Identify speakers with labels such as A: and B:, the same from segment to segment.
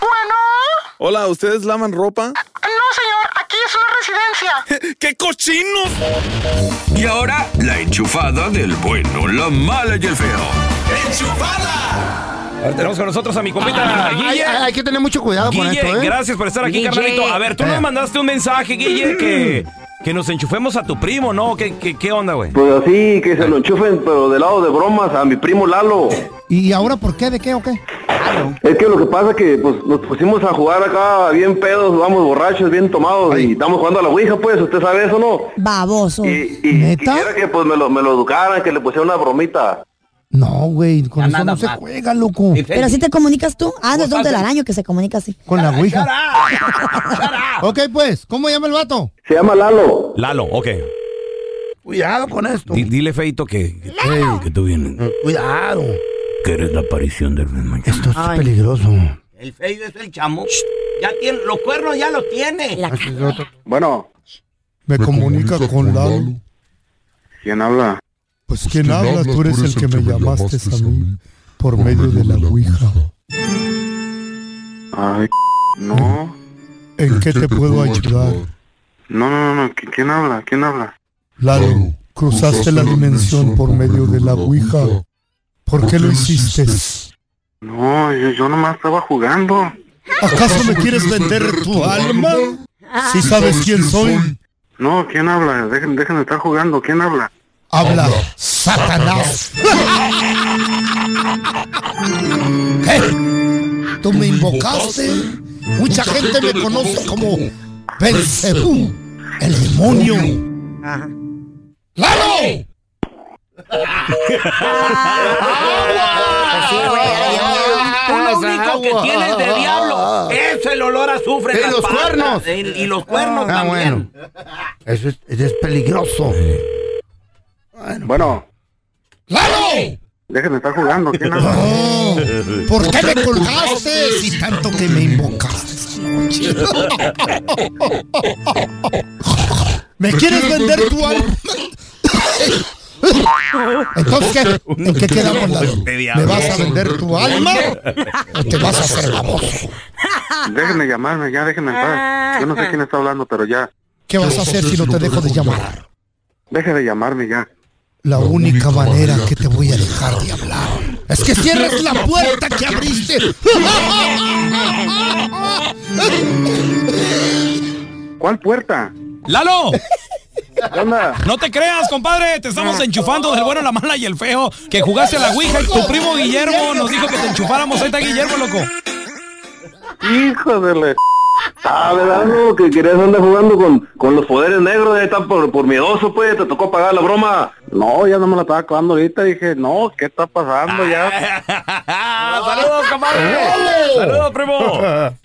A: Bueno.
B: Hola, ¿ustedes lavan ropa?
A: No, señor, aquí es una residencia.
B: ¡Qué cochinos!
C: Y ahora, la enchufada del bueno, la mala y el feo.
D: ¡Enchufada! Ahora tenemos con nosotros a mi compita Ah, Guille.
E: Hay, hay que tener mucho Ah, cuidado con
D: Guille,
E: esto, ¿eh?
D: gracias por estar aquí,
E: Guille.
D: carnalito. A ver, tú
E: Eh.
D: nos mandaste un mensaje, Guille, que, que nos enchufemos a tu primo, ¿no? ¿Qué, qué, qué onda, güey?
F: Pues así, que se lo enchufen, pero de lado de bromas, a mi primo Lalo.
E: ¿Y ahora por qué? ¿De qué o qué?
F: Es que lo que pasa es que pues, nos pusimos a jugar acá bien pedos, vamos borrachos, bien tomados, y estamos jugando a la Ouija, pues, ¿usted sabe eso no?
G: Baboso.
F: Y, y quisiera que pues me lo, me lo educaran, que le pusiera una bromita.
E: No, güey, con eso no se juega, loco.
G: Pero así te comunicas tú. Ah, no es Don Telaraño que se comunica así.
E: Con la ouija. ok, pues, ¿cómo llama el vato?
F: Se llama Lalo.
D: Lalo, ok.
E: Cuidado con esto.
C: Di- dile, Feito, que, que, que tú vienes.
E: Eh, Cuidado.
C: Que eres la aparición del mañana.
E: Esto es peligroso.
H: El feo es el chamo. Ya tiene, los cuernos ya los tiene.
F: Bueno,
E: Me, comunica, con Lalo.
F: ¿quién habla?
E: Pues, ¿quién, habla? Tú eres el que me llamaste a mí por medio de la ouija.
F: Ay, no.
E: ¿En qué te puedo ayudar?
F: No, no, no, ¿quién habla? ¿Quién habla?
E: Lalo, cruzaste la dimensión por medio de la ouija. ¿Por qué lo hiciste?
F: No, yo, yo nomás estaba jugando.
E: ¿Acaso me quieres vender tu alma? Si sabes quién soy,
F: No, ¿quién habla? Dejen, dejen de estar jugando, ¿quién habla?
E: habla Satanás. ¿Qué? ¿Tú me invocaste? Mucha gente me conoce como Belcebú, el demonio. ¡Lalo! Ah, Pues
H: sí, güey, ya, ya, Tú lo único que tienes de diablo es el olor a azufre.
E: Y
H: en las
E: los
H: patas,
E: cuernos.
H: el- y los cuernos
E: Ah,
H: también.
E: bueno. Eso es, eso es peligroso.
F: Bueno,
E: ¡Lalo!
F: dejen de estar jugando, ¿quién habla?
E: Oh, ¿Por qué me colgaste si tanto que me invocaste esta noche? ¿Me quieres vender tu alma? Entonces, ¿qué? ¿en qué quedamos, Lalo? ¿Me vas a vender tu alma o te vas a hacer baboso?
F: eh, Déjenme llamarme, ya déjenme en paz. Yo no sé quién está hablando, pero ya.
E: ¿Qué vas a hacer si no te dejo de llamar?
F: Deje de llamarme ya.
E: La única manera que te voy a dejar de hablar es que cierres la puerta que abriste.
F: ¿Cuál puerta?
D: ¡Lalo!
F: ¿Qué onda?
D: No te creas, compadre, te estamos enchufando del bueno, la mala y el feo, que jugaste a la Ouija y tu primo Guillermo nos dijo que te enchufáramos. Ahí está Guillermo, loco.
F: Hijo de la... Ah, ¿verdad? No, que querías andar jugando con, con los poderes negros, ya está por, por miedoso, pues, te tocó pagar la broma. No, ya no me la estaba acabando ahorita, dije, no, ¿qué está pasando ya?
H: Ah,
D: ¡Saludos, compadre! ¡Saludos, primo!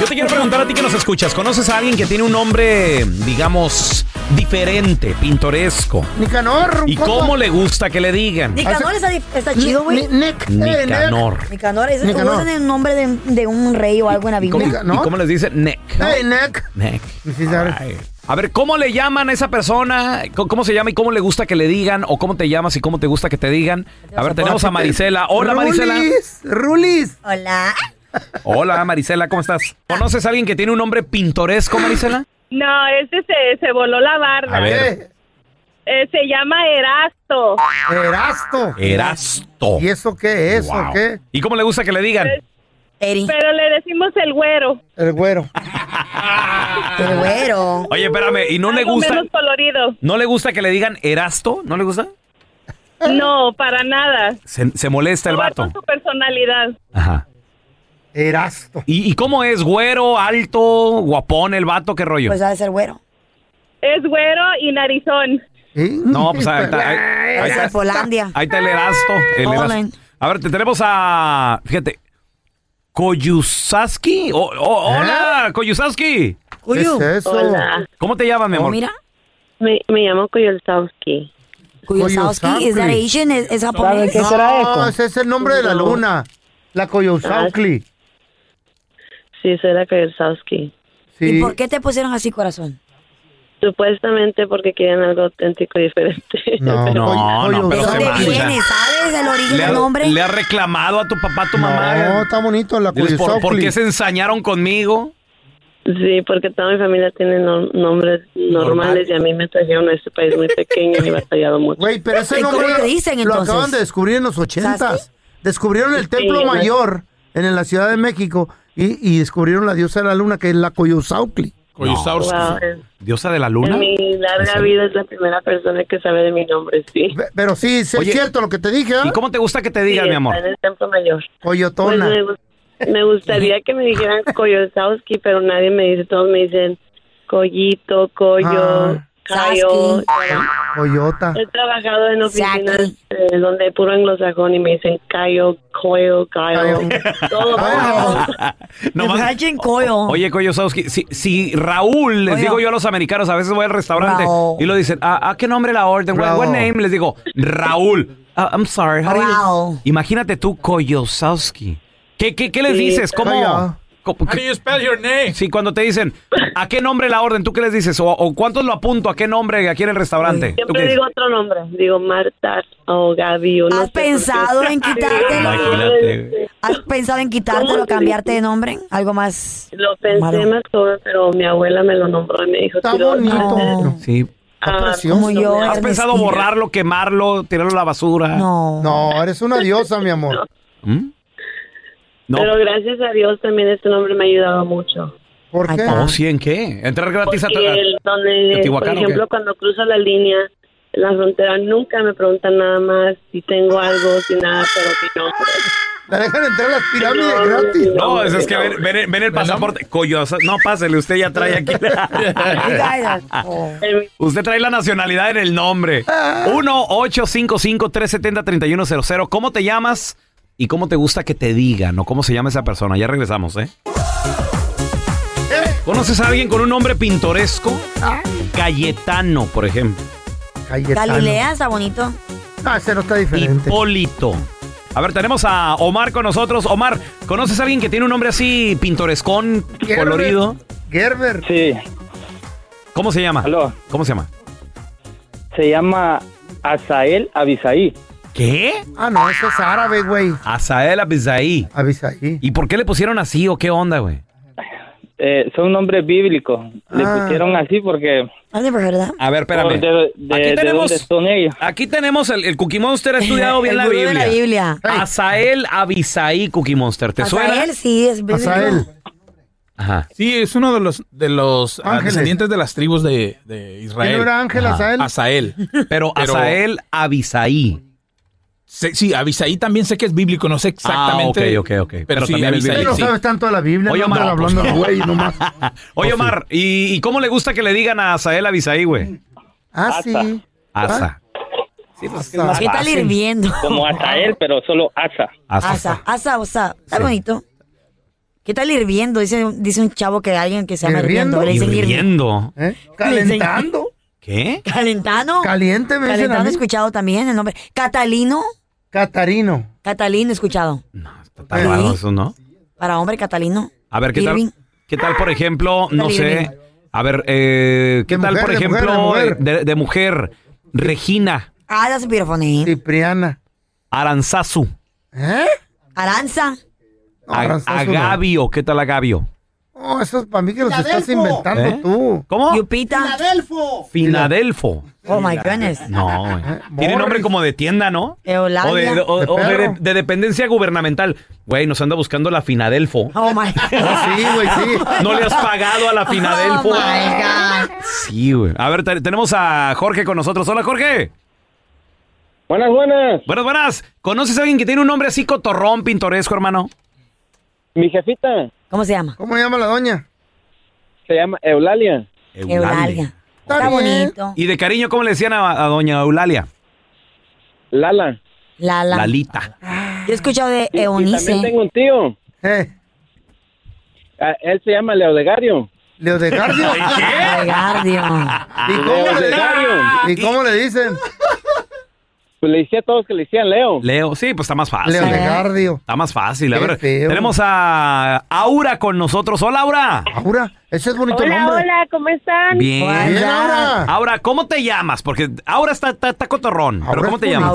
D: Yo te quiero preguntar a ti que nos escuchas, ¿conoces a alguien que tiene un nombre, digamos, diferente, pintoresco?
E: Nicanor,
D: ¿Y cómo le gusta que le digan?
G: Nicanor está, di- está chido, güey.
E: Nick,
D: Nicanor.
G: Nicanor, ese es
E: eh, Nicanor.
G: como el nombre de, de un rey o algo en la
D: ¿Y cómo,
G: Biblia.
D: y cómo les dice? Neck.
E: Nick.
D: Neck. Ay. A ver, ¿cómo le llaman a esa persona? ¿Cómo, cómo se llama y cómo le gusta que le digan? ¿O cómo te llamas y cómo te gusta que te digan? A ver, tenemos a Marisela. Hola, Marisela.
E: Rulis.
G: Hola.
D: Hola, Marisela, ¿cómo estás? ¿Conoces a alguien que tiene un nombre pintoresco, Marisela?
I: No, ese se, se voló la barda.
D: A ver,
I: Eh, se llama Erasto.
E: Erasto.
D: Erasto.
E: ¿Y eso qué es?
D: Wow.
E: ¿O qué?
D: ¿Y cómo le gusta que le digan?
G: Eri.
I: Pero le decimos el güero.
E: El güero.
G: Qué güero.
D: Oye, espérame, ¿y no le
I: algo
D: Ah, gusta?
I: menos colorido.
D: ¿No le gusta que le digan Erasto? ¿No le gusta?
I: No, para nada.
D: Se, se molesta el
I: Va
D: vato.
I: Con su personalidad.
D: Ajá.
E: Erasto.
D: ¿Y, y cómo es? ¿Güero, alto, guapón el vato? ¿Qué rollo?
G: Pues ha de ser güero.
I: Es güero y narizón.
E: ¿Eh?
D: No, pues ahí está. Ahí, ahí
G: Es de
D: está,
G: Polandia.
D: ahí está el Erasto. el Erasto.
G: Polen.
D: A ver, te tenemos a. Fíjate. Koyusaski. O- o- hola, Koyusaski.
G: Cuyu.
E: ¿Eh? ¿Qué es eso?
I: Hola.
D: ¿Cómo te llamas, Ah, mi
G: Oh,
D: amor?
G: mira.
I: Me, me llamo Koyolsowski.
G: Kuyosaki.
E: Kuyosaki.
G: ¿Es that Asian? ¿Es, es japonés?
I: ¿Sabe qué?
E: no,
I: será eso?
E: ese es el nombre de la
I: No.
E: luna. Ah, La Coyosautli.
I: Sí, soy la Koyolsowski.
E: Sí.
G: ¿Y por qué te pusieron así, corazón?
I: Supuestamente porque quieren algo auténtico y diferente.
E: No,
I: Pero-
D: No, no, pero
G: ¿De
D: se
E: Koyosaki.
G: dónde
D: mancha.
G: viene? ¿Sabes el origen
D: ¿Le,
G: del nombre?
D: ha- le has reclamado a tu papá, a tu mamá?
E: No, está bonito la
D: Diles, ¿por, por
E: Coyosautli.
D: qué se ensañaron conmigo?
I: Sí, porque toda mi familia tiene no- nombres normales y a mí me trajeron a este país muy pequeño y me he batallado mucho.
E: Güey, pero ese
G: ¿Y cómo
E: nombre
G: te dicen,
E: lo
G: entonces?
E: acaban de descubrir en los ochentas. Descubrieron el templo
I: Sí,
E: mayor en, en la Ciudad de México y, y descubrieron la diosa de la luna que es la Coyosautli.
I: Wow, en-
D: ¿Diosa de la
I: en
D: luna?
I: mi larga vida es la primera persona que sabe de mi nombre, sí.
E: Pe- Pero sí, sí
D: Oye,
E: es cierto lo que te dije, ¿ah?
D: ¿Y cómo te gusta que te
I: Sí,
D: digan, mi
I: está
D: amor?
I: en el Templo Mayor. Pues
E: Coyotona.
I: me, gus- me gustaría que me dijeran Koyosowski, pero nadie me dice, todos me dicen Coyito, Coyo,
E: Ah.
I: Cayo.
E: Coyota.
I: He trabajado en oficinas
G: Saki.
I: eh, donde hay puro anglosajón y me dicen Cayo, Coyo, Cayo. Todo.
E: Ah.
D: No más-
G: Imagine Koyo.
D: Oye, Koyosowski, si, si Raúl, les
G: Oye.
D: digo yo a los americanos, a veces voy al restaurante
G: Raúl.
D: y lo dicen, ¿a, qué nombre la orden? What, what
E: Raúl.
D: name? Les digo, Raúl. Ah, I'm sorry, how do you-
G: Raúl.
D: Imagínate tú, Koyosowski. ¿Qué, qué, qué les
I: Sí.
D: dices? ¿Cómo?
E: Calla.
D: ¿Cómo- qué- Sí, cuando te dicen, ¿a qué nombre la orden? ¿Tú qué les dices? ¿O, o cuántos lo apunto? ¿A qué nombre aquí en el restaurante? ¿Tú qué
I: Siempre
D: dices?
I: digo otro nombre. Digo Marta o Gaby. o no
G: ¿Has
I: sé por qué.
G: pensado en quitártelo?
D: Imagínate, güey.
G: ¿Has pensado en quitártelo, cambiarte de nombre? Algo más...
I: Lo pensé
G: Malo.
I: más sobre, pero mi abuela me lo nombró y me dijo,
E: Está
I: "Tiro-
E: bonito.
G: No.
D: Sí.
I: Ah,
E: Está precioso.
G: Como yo.
D: ¿Has
G: Ernestina.
D: pensado borrarlo, quemarlo, tirarlo a la basura?
G: No.
E: No, eres una diosa, mi amor.
D: ¿Mm? No.
I: Pero gracias a Dios también este nombre me ha ayudado mucho.
E: ¿Por
G: Ahí
E: qué?
G: está.
D: ¿O Oh, sí en qué? Entrar gratis a...
I: Porque el-
D: ¿De
I: donde, por
D: Teotihuacán o
I: ejemplo,
D: qué?
I: cuando cruzo la línea, en la frontera, nunca me preguntan nada más si tengo algo, si nada, pero que no.
E: La dejan entrar a las pirámides
I: No,
E: gratis.
I: no,
D: No, es, es que ven, ven- ven el pasaporte. Coyo, no, pásele, usted ya trae aquí.
G: You guys are- oh.
I: El-
D: usted trae la nacionalidad en el nombre. 1-855-370-3100. ¿Cómo te llamas y cómo te gusta que te digan o cómo se llama esa persona? Ya regresamos, ¿eh? ¿Conoces a alguien con un nombre pintoresco? Cayetano, por ejemplo.
E: Cayetano.
G: Galilea está bonito.
E: Ah, ese no está diferente.
D: Hipólito. A ver, tenemos a Omar con nosotros. Omar, ¿conoces a alguien que tiene un nombre así pintorescón,
E: Gerber.
D: colorido?
E: Gerber.
J: Sí,
D: ¿Cómo se llama?
J: aló.
D: ¿Cómo se llama?
J: Se llama Asael Abisaí.
D: ¿Qué?
E: Ah, no, ese es árabe, güey.
D: Azael Abizaí.
E: Abisaí.
D: ¿Y por qué le pusieron así o qué onda, güey?
J: Eh, son nombres bíblicos. Le
E: Ah.
J: pusieron así porque
G: I've never heard of that.
D: A ver,
J: por
D: espérame.
J: de, de-
D: Aquí
J: de
D: tenemos-
J: dónde son ellos.
D: Aquí tenemos el, el Cookie Monster ha estudiado bien
G: El
D: la
G: gurú de
D: Biblia.
G: la Biblia.
D: Azael Abizaí Cookie Monster. ¿Te suena?
G: Azael, sí, es bíblico.
E: Asael.
D: Ajá.
H: Sí, es uno de los de los ah,
E: Ángeles.
H: descendientes de las tribus de, de
E: ¿Quién
H: Israel.
E: no era Ángel
D: Ajá.
E: Asael?
H: Asael. Pero-
D: Pero Azael Abizaí.
H: Sí, sí, Abisaí también sé que es bíblico, no sé exactamente.
D: Ah, ok, ok, ok.
H: Pero,
D: Pero
H: sí,
D: también es
H: Abisaí,
E: Usted no
D: bíblico.
H: sí.
E: sabes tanto de la Biblia.
D: Oye,
E: no andas
D: Omar, no,
E: hablando
D: pues,
E: de güey nomás.
D: Oye, Omar, ¿y, y cómo le gusta que le digan a Azael Abizaí, güey?
E: Ah, sí.
D: Asa. pues,
E: Asa.
G: ¿Qué tal hirviendo?
J: Como Asael, pero solo Asa.
G: Asa, asa, o sea, está bonito. ¿Qué tal hirviendo? Dice, dice un chavo que alguien que se llama hirviendo.
E: ¿Hirviendo?
G: Le dicen hirviendo.
D: Hirviendo.
E: ¿Eh? Calentando.
D: ¿Qué?
G: Calentano.
E: Caliente, me dicen a
G: Calentano
E: mí.
G: escuchado también el nombre. Catalino.
E: Catarino.
G: Catalino escuchado.
D: No, está tan
G: ¿Eh?
D: raro eso, ¿no?
G: Para hombre, Catalino.
D: A ver, ¿qué
G: Irving.
D: tal? ¿Qué tal, por ejemplo, no
G: tal, Irving?
D: sé? A ver, eh, ¿qué
E: De
D: tal,
E: mujer,
D: por
E: de mujer,
D: ejemplo,
E: de
D: eh,
E: mujer.
D: de, de mujer? Regina,
G: Ah, that's beautiful name.
E: Cipriana.
D: Aranzazu,
E: ¿Eh?
G: Aranza.
E: No,
D: Ag-
E: Aranzazu no.
D: Agavio, ¿qué tal Agavio?
E: No, eso es para mí que los estás inventando
D: ¿Eh?
E: tú.
D: ¿Cómo?
G: Yupita.
D: Finadelfo.
G: Oh my goodness.
D: No, güey. Tiene
E: Morris.
D: nombre como de tienda, ¿no?
G: Eulalia.
D: O, de, o-
E: De
D: o de-
E: perro.
D: de dependencia gubernamental. Güey, nos anda buscando la Finadelfo.
G: Oh my
E: Ah, sí, güey, sí.
D: No le has pagado a la Finadelfo.
G: Oh my God.
D: sí, güey. A ver, te- tenemos a Jorge con nosotros. Hola, Jorge.
J: Buenas, buenas.
D: Buenas, buenas. ¿Conoces a alguien que tiene un nombre así cotorrón, pintoresco, hermano?
J: Mi jefita.
G: ¿Cómo se llama?
E: ¿Cómo se llama la doña?
J: Se llama Eulalia.
G: Eulalia. Está bonito.
D: ¿Y de cariño cómo le decían a, a doña Eulalia?
J: Lala.
G: Lala.
D: Lalita.
G: Yo he escuchado de
J: Y- y
G: Eunice.
J: también tengo un tío.
E: Eh.
J: Ah, él se llama Leodegario.
E: ¿Leodegario?
G: Leodegario.
E: ¿Y cómo, le, ¿Y cómo le dicen?
J: Pues le decía a todos que le decían Leo.
D: Leo, sí, pues está más fácil.
E: Leodegardio.
D: Está más fácil. A
E: Qué
D: ver,
E: feo.
D: tenemos a Aura con nosotros. Hola, Aura.
E: Aura, ese es bonito
K: Hola,
E: nombre.
K: hola, ¿cómo están?
D: Bien.
E: Aura.
D: Aura, ¿cómo te llamas? Porque Aura está, está, está cotorrón. ¿Pero cómo te llamas?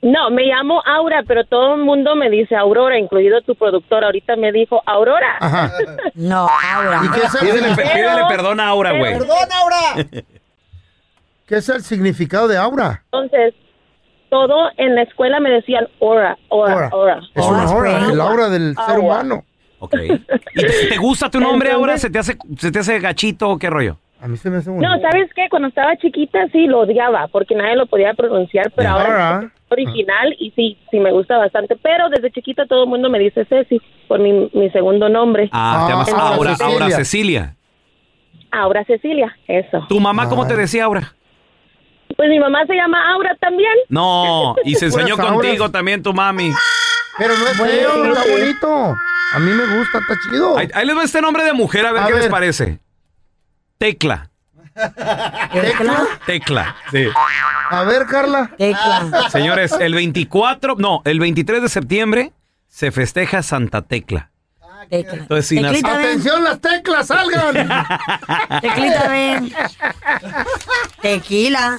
K: No, me llamo Aura, pero todo el mundo me dice Aurora, incluido tu productor. Ahorita me dijo Aurora.
G: No, Aura.
E: ¿Y qué es el,
D: Pídele, pe- pídele perdón a Aura, güey.
E: Perdón, Aura. ¿Qué es el significado de Aura?
K: Entonces, todo en la escuela me decían Aura, Aura, Aura.
E: Es una aura, el aura del ser humano.
D: Ok. ¿Y te, te gusta tu nombre, Aura? ¿Se te hace, se te hace gachito o qué rollo?
E: A mí se me hace
K: No, ¿sabes qué? Cuando estaba chiquita sí lo odiaba porque nadie lo podía pronunciar, pero ahora es original y sí, sí me gusta bastante. Pero desde chiquita todo el mundo me dice Ceci por mi, mi segundo nombre.
D: Ah, te llamas
K: Entonces,
D: Aura, Aura Cecilia.
K: Aura Cecilia, eso.
D: ¿Tu mamá cómo te decía, Aura?
K: Pues mi mamá se llama Aura también.
D: No, y se enseñó
E: Puras Auras.
D: contigo también tu mami.
E: Pero no es feo, está bonito. A mí me gusta, está chido.
D: Ahí, ahí les va este nombre de mujer, a ver
E: A
D: qué les
E: ver.
D: parece. Tecla.
E: ¿Tecla?
D: Tecla. Sí.
E: A ver, Carla.
G: Tecla.
D: Señores, el 24, no, el 23 de septiembre se festeja Santa Tecla.
G: Tecla.
D: Entonces, sin as-
G: Teclita, ven.
E: Atención, las teclas salgan.
G: Teclita, ven. Tequila.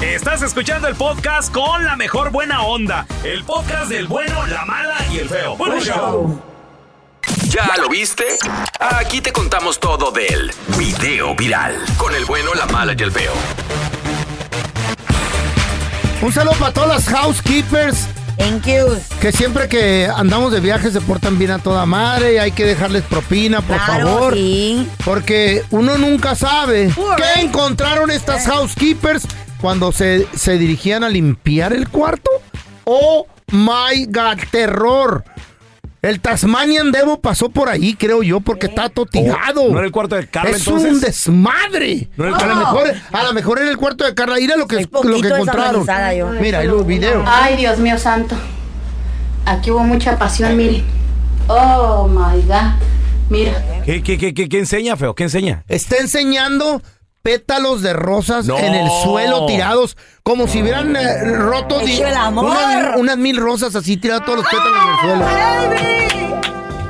D: Estás escuchando el podcast con la mejor buena onda. El podcast del bueno, la mala y el feo. Bueno, show.
C: ¿Ya lo viste? Aquí te contamos todo del video viral. Con el bueno, la mala y el feo.
E: Un saludo para todas las housekeepers.
G: Thank you.
E: Que siempre que andamos de viaje se portan bien a toda madre y hay que dejarles propina, por
G: Claro,
E: favor.
G: sí.
E: Porque uno nunca sabe qué encontraron estas housekeepers cuando se, se dirigían a limpiar el cuarto. Oh my god, terror. El Tasmanian Devil pasó por ahí, creo yo, porque está totigado.
D: Oh, ¿No era el cuarto de Carla,
E: Es
D: entonces?
E: un desmadre.
D: ¿No era el
E: a, lo
D: cuarto?
E: mejor, a lo mejor era el cuarto de Carla. Mira lo que, lo que
G: poquito
E: encontraron.
G: desorganizada yo. Ah.
E: Mira, ahí los videos.
L: Ay, Dios mío santo. Aquí hubo mucha pasión, mire. Oh my God. Mira.
D: ¿Qué, qué, qué, qué, qué enseña, feo? ¿Qué enseña?
E: Está enseñando pétalos de rosas
D: No.
E: en el suelo tirados, como si hubieran eh, roto di-
G: Hecho el amor.
E: Unas, unas mil rosas así tiradas todos los pétalos en el suelo.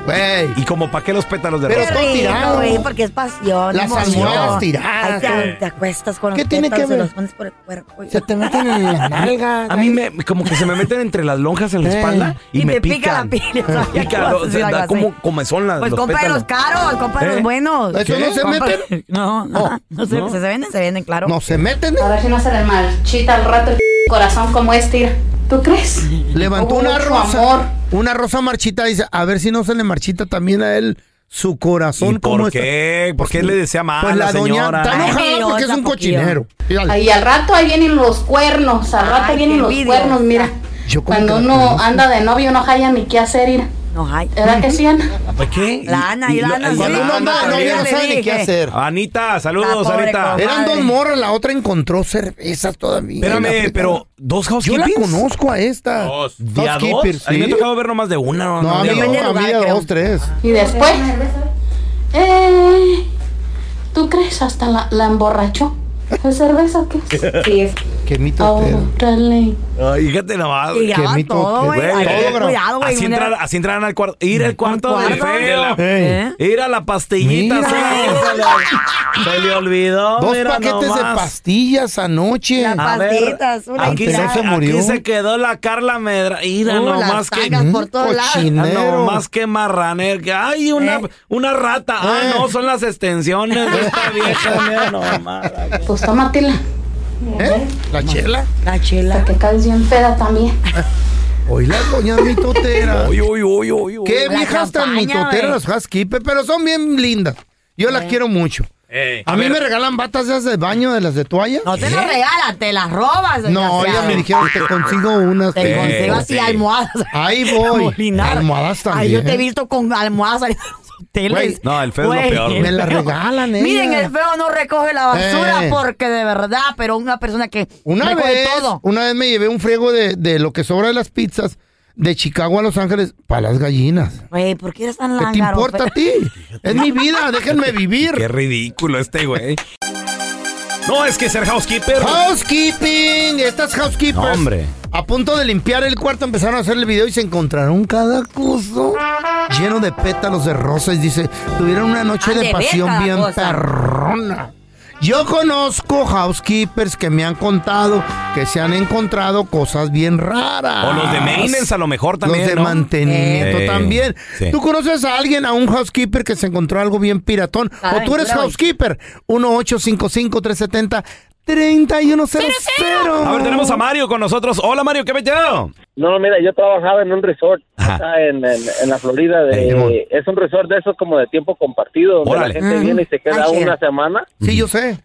E: Güey.
D: ¿Y como para qué los pétalos de
E: Pero
D: rosa?
E: todo
G: Rico,
E: tirado.
G: güey, porque es pasión.
E: Las
G: amor.
E: almohadas tiradas,
G: Ay, te,
E: todo.
G: te acuestas con los
E: ¿Qué tiene
G: pétalos
E: que
G: y
E: ver?
G: los pones por el cuerpo.
E: Se te meten en las nalgas.
D: A mí me, como que se me meten entre las lonjas en la
E: Eh.
D: espalda y,
G: Y
D: me
G: te pica la
D: pican.
G: piel, o sea,
D: Me pica,
G: algo
D: lo-
G: así,
D: da
G: algo así.
D: como comezón
E: Ah,
D: la-
G: Pues
D: los
G: compra de
D: pétalos.
G: los caros, compra de
D: ¿Eh?
G: los buenos.
E: ¿Eso no se
G: Compra-
E: meten? Oh.
G: No, no, no se,
D: ¿No?
G: se venden, se venden, claro.
E: No se meten. ¿eh?
L: A ver si no se les marchita al rato el corazón como este. mira. ¿Tú crees?
E: Levantó
L: Hubo
E: una
L: mucho
E: rosa.
L: amor.
E: Una rosa marchita dice, a ver si no se le marchita también a él su corazón.
D: ¿Y por
E: ¿cómo está?
D: qué? ¿Por qué le desea mal
E: Pues
D: a
E: la doña
D: señora?
E: está
G: Ay,
E: enojada porque es
G: otra
E: un
G: poquillo.
E: cochinero. Fíjale.
L: Ahí al rato ahí vienen los cuernos, al rato
G: Ay,
L: vienen
G: qué
L: los
G: envidia.
L: cuernos, mira.
E: Yo como
L: Cuando
E: que la
L: uno
E: conozco.
L: anda de novio no haya ni qué hacer, mira.
G: No hay.
L: ¿Verdad que sí, Ana?
D: ¿Por Pues, qué?
G: Lana y lana, sí.
E: Cuando uno anda de
G: no,
E: novio
G: ya
E: no
G: le
E: sabe ni qué
G: dije.
E: hacer.
D: Anita, saludos,
G: La pobre
D: Anita.
G: comadre.
E: Eran dos
G: Madre.
E: morras, la otra encontró cervezas todavía. La
D: Espérame,
E: otra-
D: pero dos Oh,
E: Yo la
D: housekeepers.
E: conozco a esta.
D: Dos. ¿De a dos?
E: Housekeeper,
D: A mí me ha
E: sí.
D: tocado ver nomás de una. No,
E: No, a mí,
D: de
E: a
D: dos.
G: Depende del
E: mí
G: lugar,
E: de
G: creo.
E: dos, tres.
L: Y después, eh, ¿tú crees? Hasta la, la emborrachó. ¿Es cerveza o qué? Sí, es.
G: Oh.
E: Quemítate.
L: Órale.
D: Ay, fíjate nomás.
G: Y graba
D: Quemito,
G: todo, güey.
D: güey.
G: Hay que tener
D: Todo,
G: Cuidado, güey.
D: Así,
G: una-
D: entrar, así entraran al cuarto. Ir al cuarto de
G: cuarto?
D: Fela.
G: ¿Eh?
D: Ir a la pastillita.
E: Mira.
D: sí. Se le olvidó.
E: Dos
D: mira
E: paquetes de
D: nomás.
E: pastillas anoche.
D: A ver, aquí,
E: Antes
D: se,
E: no se
D: aquí
E: murió.
D: se quedó la Carla Medra. Ira
E: Uh, las
D: nomás que.
E: tangas por todos lados. Eh. Cochinero.
D: No más que marraner. que, Ay, una, una rata.
E: Eh.
D: Ah, no, son las extensiones. de Esta vieja, mira nomás.
L: Pues tómatela.
E: ¿Eh? ¿La chela?
G: La chela.
L: Para que acabes bien peda también.
E: Hoy las doñas mitoteras.
D: Oy, oy, oy, oy, oy.
E: Qué
L: La
E: viejas tan
L: campaña,
E: mitoteras
L: güey.
E: las housekeeper, pero son bien lindas. Yo
G: Eh.
E: las quiero mucho. a
D: Ey, Eh, a
E: mí
D: ver.
E: me regalan batas esas de baño, de las de toalla.
G: No te las regalan, te las robas.
E: ¿Eh? No,
G: desgraciado.
E: ellas me dijeron, te consigo unas.
G: Te consigo así almohadas.
E: Ahí voy.
G: Molinar.
E: Almohadas también.
G: Ay, yo te he visto con almohadas saliendo de los hoteles.
E: Güey, no, el feo es lo
G: Güey,
E: peor,
G: el
E: me la
G: feo.
E: regalan, ellas.
G: Miren, el feo no recoge la basura
E: Eh.
G: porque de verdad, pero una persona que
E: Una
G: recoge
E: vez,
G: todo.
E: una vez me llevé un friego de, de lo que sobra de las pizzas de Chicago a Los Ángeles para las gallinas.
G: Güey, ¿por qué eres tan
E: ¿Qué te
G: lángaro?
E: importa a
G: feo?
E: ti? Es mi vida, déjenme vivir.
D: Qué ridículo este güey. No, es que ser housekeeper.
E: Ah. Housekeeping, estas housekeepers.
D: No, hombre.
E: A punto de limpiar el cuarto empezaron a hacer el video y se encontraron cada coso lleno de pétalos de rosas. Dice, tuvieron una noche
G: Han
E: de
G: Ah, de ver
E: pasión
G: cada
E: bien
G: cosa.
E: perrona. Yo conozco housekeepers que me han contado que se han encontrado cosas bien raras.
D: O los de maintenance a lo mejor también.
E: Los de
D: ¿no?
E: mantenimiento
D: Sí,
E: también.
D: sí.
E: ¿Tú conoces a alguien, a un housekeeper que se encontró algo bien piratón?
G: Cada
E: ¿O tú eres
G: aventura, güey.
E: housekeeper? 1-855-370-3100.
D: A ver, tenemos a Mario con nosotros. Hola, Mario, ¿qué me
J: No, mira, yo trabajaba en un resort acá en, en- en la Florida. De, es un resort de esos como de tiempo compartido, donde
D: Órale.
J: la gente viene y se queda
G: Mm. Ay,
J: una
G: sí.
J: semana.
E: Sí, yo sé.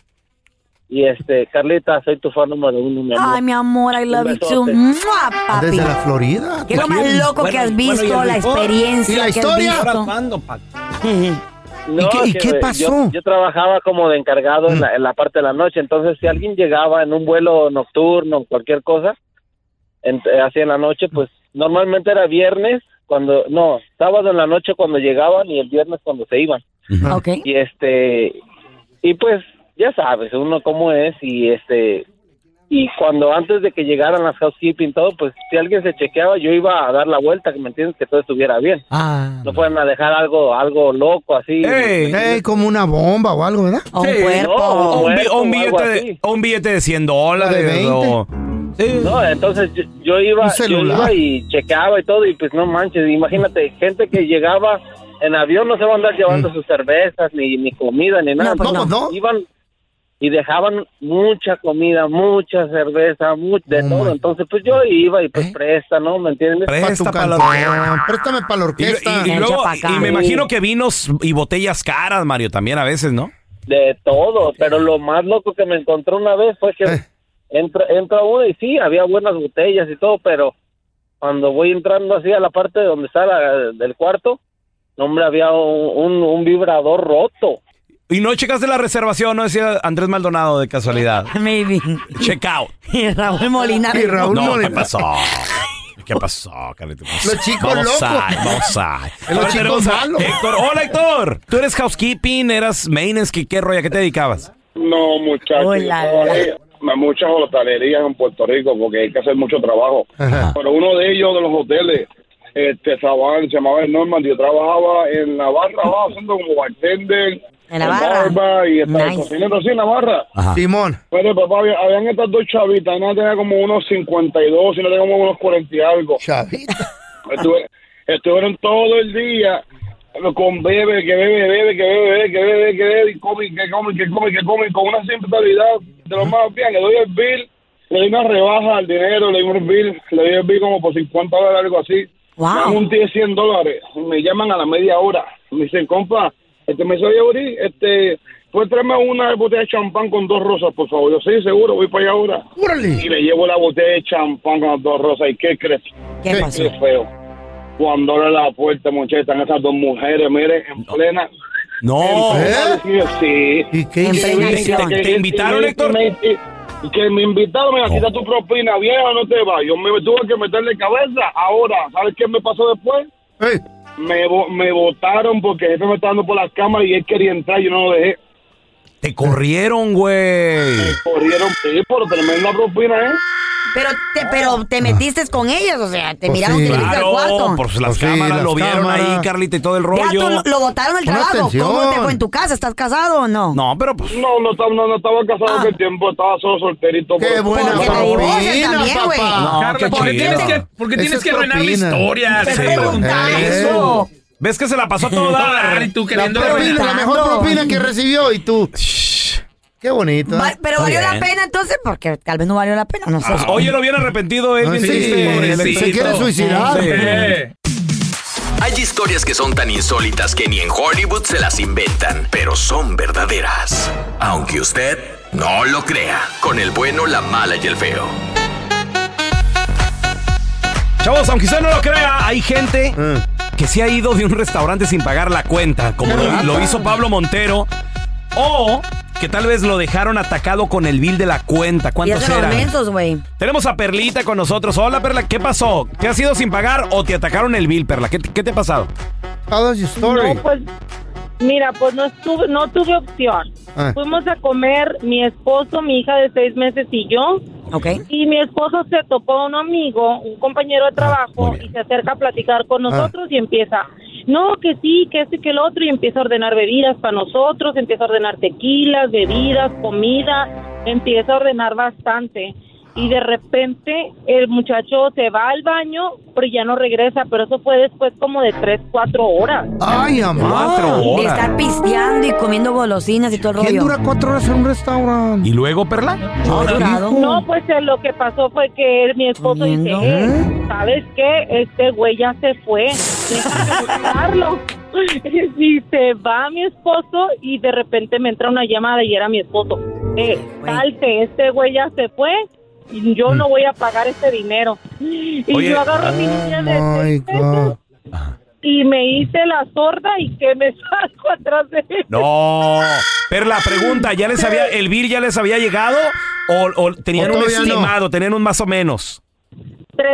J: Y este, Carlita, soy tu fan número uno, mi amor.
G: Ay, mi amor, I love you too.
J: besote.
G: ¡Mua, papi!
E: Desde la Florida.
G: ¿Qué es lo más
E: ¿Quién?
G: loco que has visto? la experiencia
E: ¿Y la
G: que
E: historia?
G: has visto.
J: No,
E: ¿Y qué- y
J: que
E: qué
J: yo-
E: pasó?
J: Yo, trabajaba como de encargado en, la, en la parte de la noche, entonces si alguien llegaba en un vuelo nocturno, cualquier cosa, en- eh, así en la noche, pues normalmente era viernes cuando, no, sábado en la noche cuando llegaban y el viernes cuando se iban.
G: Ok.
J: Y este, y pues ya sabes, uno cómo es y este, y cuando antes de que llegaran las housekeeping, todo, pues si alguien se chequeaba, yo iba a dar la vuelta, que me entiendes, que todo estuviera bien.
E: Ah.
J: No pueden dejar algo, algo loco así.
E: ¡Eh! Ey, como una bomba o algo, ¿verdad?
G: O un
J: no,
G: cuerpo. o-
D: O un, bi- o un
J: Muerto o algo
D: billete de,
J: así.
D: o un billete de 100 dólares.
E: De 20.
D: o- Sí.
J: No, entonces yo, yo iba,
E: Un
J: yo
E: celular.
J: iba y chequeaba y todo, y pues no manches, imagínate, gente que llegaba en avión no se va a andar llevando sus cervezas, ni, ni comida, ni nada.
G: No, pues
E: Mm. No, no. pues no.
J: Iban y dejaban mucha comida, mucha cerveza, mucho de
E: Oh,
J: todo.
E: my.
J: Entonces, pues yo iba y pues presta, ¿no? ¿Me entiendes?
E: ¿Eh? Para tu
D: Presta pa' la-
E: cantón. Préstame para la
D: Y, y-
E: orquesta.
D: y
G: Echa
D: luego-
G: pa' acá. Uh.
D: y me
J: Sí.
D: imagino que vinos y botellas caras, Mario, también a veces, ¿no?
J: De todo, pero lo más loco que me encontré una vez fue que
E: Eh.
J: entra, entra uno y sí, había buenas botellas y todo, pero cuando voy entrando así a la parte donde está la- del cuarto, no, hombre, había un, un- un vibrador roto.
D: Y no checas de la reservación, no decía Andrés Maldonado de casualidad.
G: Maybe.
D: Check out.
G: Y Raúl Molina.
E: Y Raúl
D: No, ¿qué
E: Molina.
D: pasó? ¿Qué pasó, Carlitos?
E: Los chicos
D: Vamos
E: locos.
D: ahí, vamos ahí.
E: Los
D: Ahora
E: chicos
D: tenemos a
E: malos.
D: Héctor. Hola, Héctor. Tú eres housekeeping, eras maintenance, ¿qué, qué rollo? ¿A qué te dedicabas?
M: No, muchachos.
G: Hola.
M: Muchas hotelerías en Puerto Rico porque hay que hacer mucho trabajo. Pero uno de ellos, de los hoteles, este, estaban- se llamaba el Norman. Yo trabajaba en la barra, abajo, haciendo como bartender.
G: En la barra.
M: barba y estaba
G: Nice.
M: cocinero así en la barra.
D: Ajá.
E: Simón.
M: Pero papá, había- habían estas dos chavitas. Una tenía como unos 52 y una tenía como unos 40 y algo.
E: Chavita.
M: Estuve- estuvieron todo el día con bebe, que bebe, bebe, que bebe, bebe, que bebe, que bebe, y come, que come, que come, que come, con una simplicidad de lo más bien. Le doy el bill, le doy una rebaja al dinero, le doy un bill, le doy el bill como por 50 dólares, algo así.
G: Wow.
M: Me dan un 10, 100 dólares. Me llaman a la media hora. Me dicen, compa, este, me dice, oye, Uri, este, puedes traerme una botella de champán con dos rosas, por favor. Yo, sí, seguro, voy para allá ahora. Y
E: Órale.
M: le llevo la botella de champán con las dos rosas. ¿Y qué crees?
G: ¿Qué pasó?
M: Qué feo. Cuando abre la puerta, muchachos, están esas dos mujeres, mire, en plena.
N: Oh.
D: No.
M: en
E: ¿Eh?
M: plena- Sí.
E: ¿Y qué
G: En
E: hiciste?
G: plena
M: Que-
G: acción.
M: que-
D: ¿Te
M: que-
D: invitaron,
M: que-
D: Héctor?
M: que me- Que me invitaron, mira, aquí está tu propina, vieja, no te va. Yo me tuve que meterle cabeza. Ahora, ¿sabes qué me pasó después?
E: Ey,
M: Me, vo- me votaron porque el jefe me estaba dando por las cámaras y él quería entrar, yo no lo dejé.
D: Te corrieron, güey.
M: Corrieron sí, por tremenda propina, ¿eh?
G: Pero te, pero
E: Ah.
G: te metiste con ellos, o sea, te miraron que le al
D: Claro,
G: cuarto.
D: pues
E: Pues
D: las
E: sí,
D: cámaras
E: las
D: lo vieron
E: cámaras.
D: ahí, Carlita, y todo el rollo.
G: Ya tú lo- lo botaron del
D: Pon
G: trabajo. ¿Cómo te
D: atención.
G: fue en tu casa? ¿Estás casado o no? Ah.
D: No, pero pues.
M: No, no estaba, no, no estaba casado aquel tiempo, estaba solo solterito. pues, ¡Qué
G: buena Porque te propina, divorcian también, güey. papá.
D: No, qué
H: ¿por qué
D: chido.
H: tienes que- por qué Eso tienes que es arruinar la propina. historia? Te
D: Sí.
H: preguntaba
E: eso.
D: ¿Ves que se la pasó a todo dar?
H: Y tú
E: la, propina, la mejor propina que recibió y tú. Qué bonito. ¿eh?
G: Va- pero valió la pena entonces, porque tal vez no valió la pena, no sé.
D: Ah, Oye, lo bien arrepentido, él
E: Ah,
D: bien
E: sí,
D: triste,
E: pobrecito.
D: el
E: Se quiere
D: éxito.
E: suicidar.
D: Sí.
C: Hay historias que son tan insólitas que ni en Hollywood se las inventan, pero son verdaderas. Aunque usted no lo crea, con el bueno, la mala y el feo.
D: Chavos, aunque usted no lo crea, hay gente que se ha ido de un restaurante sin pagar la cuenta, como lo, lo hizo Pablo Montero, o que tal vez lo dejaron atacado con el bill de la cuenta.
G: Y
D: ¿Cuántos
G: es de los
D: eran?
G: mensos, güey.
D: Tenemos a Perlita con nosotros. Hola, Perla, ¿qué pasó? ¿Te has ido sin pagar o te atacaron el bill, Perla? ¿Qué, te- qué te ha pasado?
E: How does your story?
K: No, pues, mira, pues no, estuve, no tuve opción.
E: Ah.
K: Fuimos a comer mi esposo, mi hija de seis meses y yo.
E: ¿Eh?
K: Y mi esposo se topó a un amigo, un compañero
E: Ah,
K: de trabajo, y se acerca a platicar con
O: Ah.
K: nosotros y empieza, no, que sí, que este, que el otro, y empieza a ordenar bebidas para nosotros, empieza a ordenar tequilas, bebidas, comida, empieza a ordenar bastante. Y de repente el muchacho se va al baño, pero ya no regresa, pero eso fue después como de tres, cuatro horas.
E: Ay, amá.
G: De estar pisteando y comiendo golosinas y todo el rollo.
E: ¿Quién dura cuatro horas en un restaurante?
D: ¿Y luego, Perla?
K: No, pues eh, lo que pasó fue que él, mi esposo dice, "Eh, ¿sabes qué? Este güey ya se fue. Déjame buscarlo". Y se va mi esposo y de repente me entra una llamada y era mi esposo. Eh, salte, este güey ya se fue. y Yo no voy a pagar este dinero. Y
H: Oye.
K: yo agarro mi niña de
E: Ay, God.
K: y me hice la sorda y que me saco atrás de él.
D: No. Perla, pregunta, ¿ya les había, el bill ya les había llegado o, o tenían
K: O
D: un
K: todavía no.
D: estimado, tenían un más o menos?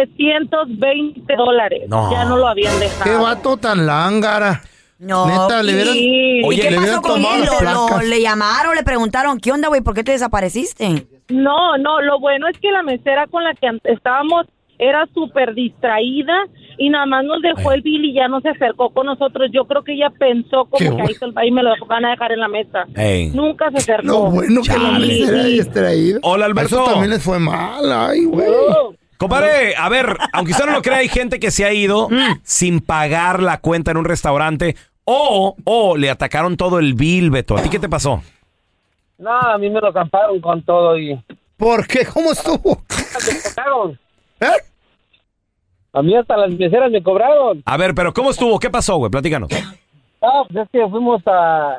K: 320 dólares.
D: No.
K: Ya no lo habían dejado.
E: Qué vato tan lángara.
G: No.
E: Neta, le
G: y-
E: hubieran.
G: ¿Y
E: Oye,
G: qué
E: le
G: pasó
E: hubieran
G: con
E: tomado
G: él?
E: las
G: ¿Lo- lo-
E: placas.
G: ¿Le llamaron? ¿Le preguntaron? ¿Qué onda, güey? ¿Por qué te desapareciste?
K: No, no, lo bueno es que la mesera con la que an- estábamos era súper distraída y nada más nos dejó el bill y ya no se acercó con nosotros. Yo creo que ella pensó como
E: Qué
K: que
E: bueno.
K: ahí se- ahí me lo van a dejar en la mesa.
D: Ey.
K: Nunca se acercó.
E: Lo bueno que la
D: Chale.
E: mesera haya distraído.
D: Hola, Alberto.
E: Eso también les fue mal, ay, güey.
D: Compadre, a ver, aunque usted no lo crea, hay gente que se ha ido sin pagar la cuenta en un restaurante o, o le atacaron todo el bill, Beto. ¿A ti qué te pasó?
P: No, a mí me lo camparon con todo y...
E: ¿Por qué? ¿Cómo estuvo?
P: A mí hasta las meseras me cobraron.
D: A ver, pero ¿cómo estuvo? ¿Qué pasó, güey? Platícanos.
P: Ah, pues es que fuimos a...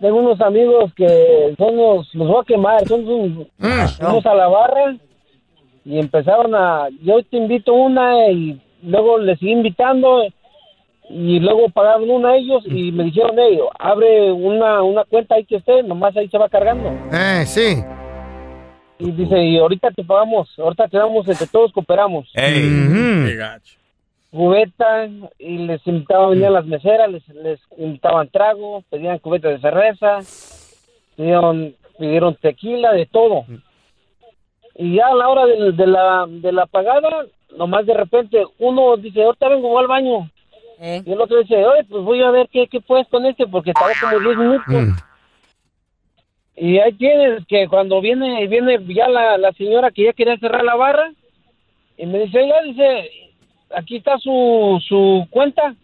P: Tengo unos amigos que son los... Los voy a quemar, son sus...
E: Ah,
P: Fuimos a la barra y empezaron a... Yo te invito una y luego les seguí invitando y luego pagaron una a ellos y me dijeron, hey, abre una, una cuenta ahí que esté, nomás ahí se va cargando.
E: Eh, sí.
P: Y dice, y ahorita te pagamos, ahorita te damos, entre todos cooperamos.
D: Ey.
E: Mm.
P: cubeta y les invitaban a venir a las meseras, les, les invitaban trago, pedían cubetas de cerveza, pidieron, pidieron tequila, de todo. Y ya a la hora del- de, la, de la pagada, nomás de repente uno dice, ahorita vengo, voy al baño. Y el otro dice, oye, pues voy a ver qué, qué puedes con este, porque estaba como 10 minutos. Y ahí tienes que cuando viene viene ya la, la señora que ya quería cerrar la barra, y me dice, ya dice, aquí está su, su cuenta.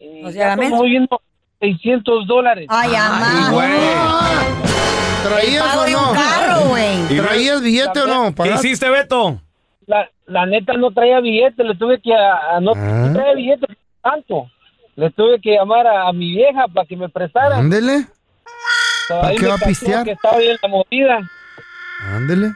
P: Y
G: O sea, la
P: ya
G: mensa.
P: estamos viendo 600 dólares.
G: Ay, amá.
E: ¿Traías
G: pago
E: o
G: de
E: no?
G: un carro, güey.
E: ¿Traías billete o no?
D: ¿Qué hiciste, Beto?
P: La, la neta no traía billete, le tuve que... A, a- no
E: Ah.
P: no traía billete tanto. Le tuve que llamar a, a mi vieja para que me prestara.
E: Ándele,
P: Todavía
E: ¿para qué
P: me
E: va a
P: calzó
E: pistear?
P: Que estaba bien la movida.
E: ándele.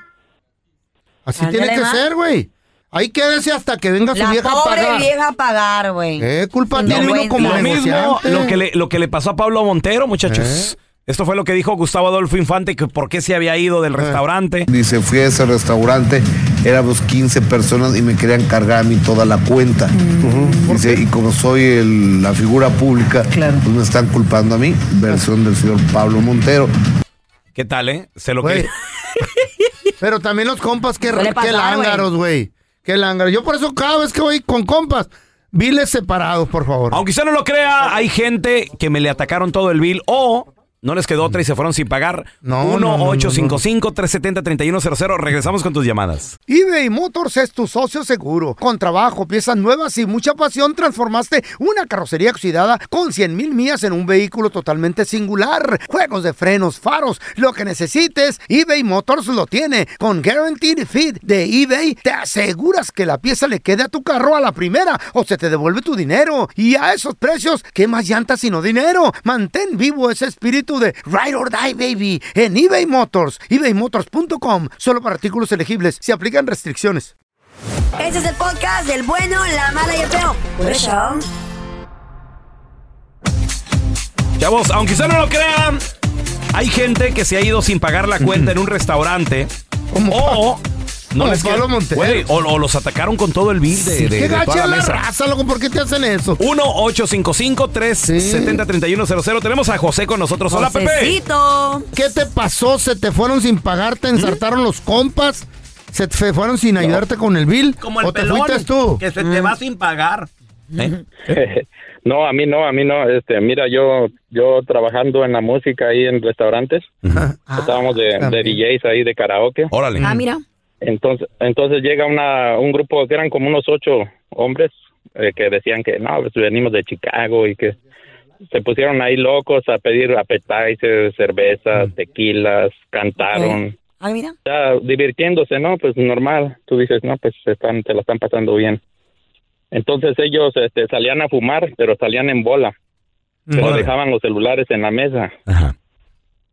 E: Así
G: Ándele,
E: tiene que
G: ma.
E: ser, güey. Ahí quédese hasta que venga su
G: La
E: vieja a
G: pobre
E: pagar.
G: vieja a pagar, güey.
E: ¿Qué culpa
G: Sin
E: tiene uno
G: vergüenza.
E: como
D: lo mismo
E: negociante? ¿Eh?
D: lo que, le, lo que le pasó a Pablo Montero, muchachos. Esto fue lo que dijo Gustavo Adolfo Infante, que por qué se había ido
E: Eh.
D: del restaurante.
O: Dice, fui a ese restaurante, éramos 15 personas y me querían cargar a mí toda la cuenta. Dice, y como soy el- la figura pública, pues me están culpando a mí. Versión del señor Pablo Montero.
D: ¿Qué tal, eh? Se lo que...
E: Pero también los compas, qué,
D: Suele
E: qué
D: pasar,
E: lángaros, güey. Qué lángaros. Yo por eso cada vez que voy con compas, viles separados, por favor.
D: Aunque usted no lo crea, hay gente que me le atacaron todo el bill o no les quedó otra y se fueron sin pagar.
E: no, no, no,
D: 1-855-370-3100. Regresamos con tus llamadas.
E: eBay Motors es tu socio seguro. Con trabajo, piezas nuevas y mucha pasión, transformaste una carrocería oxidada con 100 mil millas en un vehículo totalmente singular. Juegos de frenos, faros, lo que necesites, eBay Motors lo tiene. Con Guaranteed Fit de eBay, te aseguras que la pieza le quede a tu carro a la primera o se te devuelve tu dinero. Y a esos precios, ¿qué más llantas sino dinero? Mantén vivo ese espíritu de Ride or Die, baby, en eBay Motors. ebaymotors.com, solo para artículos elegibles, se aplican restricciones.
G: Este es el podcast del bueno, la mala y el feo. Por eso.
D: Chavos, aunque usted no lo crea, hay gente que se ha ido sin pagar la cuenta en un restaurante o... No
E: Como
D: les quedó-
E: Pablo Montero.
D: Güey, o, o los atacaron con todo el bill de, de-
E: ¿Qué
D: de toda
E: gacha
D: la
E: la
D: mesa.
E: raza, loco? ¿Por qué te hacen eso?
D: 1-855-370-3100. Tenemos a José con nosotros. Pues, Hola, Pepe.
E: ¿Qué te pasó? ¿Se te fueron sin pagar? ¿Te
D: ¿Mm?
E: ensartaron los compas? ¿Se te fe- fueron sin ayudarte con el bill? ¿O te fuiste tú? Mm.
D: sin pagar.
Q: no, a mí no, a mí no. Este, mira, yo yo trabajando en la música ahí en restaurantes. Estábamos de, de DJs ahí de karaoke.
D: Órale.
G: Ah, mira.
Q: Entonces, entonces llega una, un grupo que eran como unos ocho hombres eh, que decían que no, pues venimos de Chicago y que se pusieron ahí locos a pedir appetizers, cervezas, tequilas, cantaron.
G: Ah, mira.
Q: está divirtiéndose, ¿no? Pues normal. Tú dices, no, pues se están, te la están pasando bien. Entonces ellos este, salían a fumar, pero salían en bola. Pero
R: Órale.
Q: dejaban los celulares en la mesa.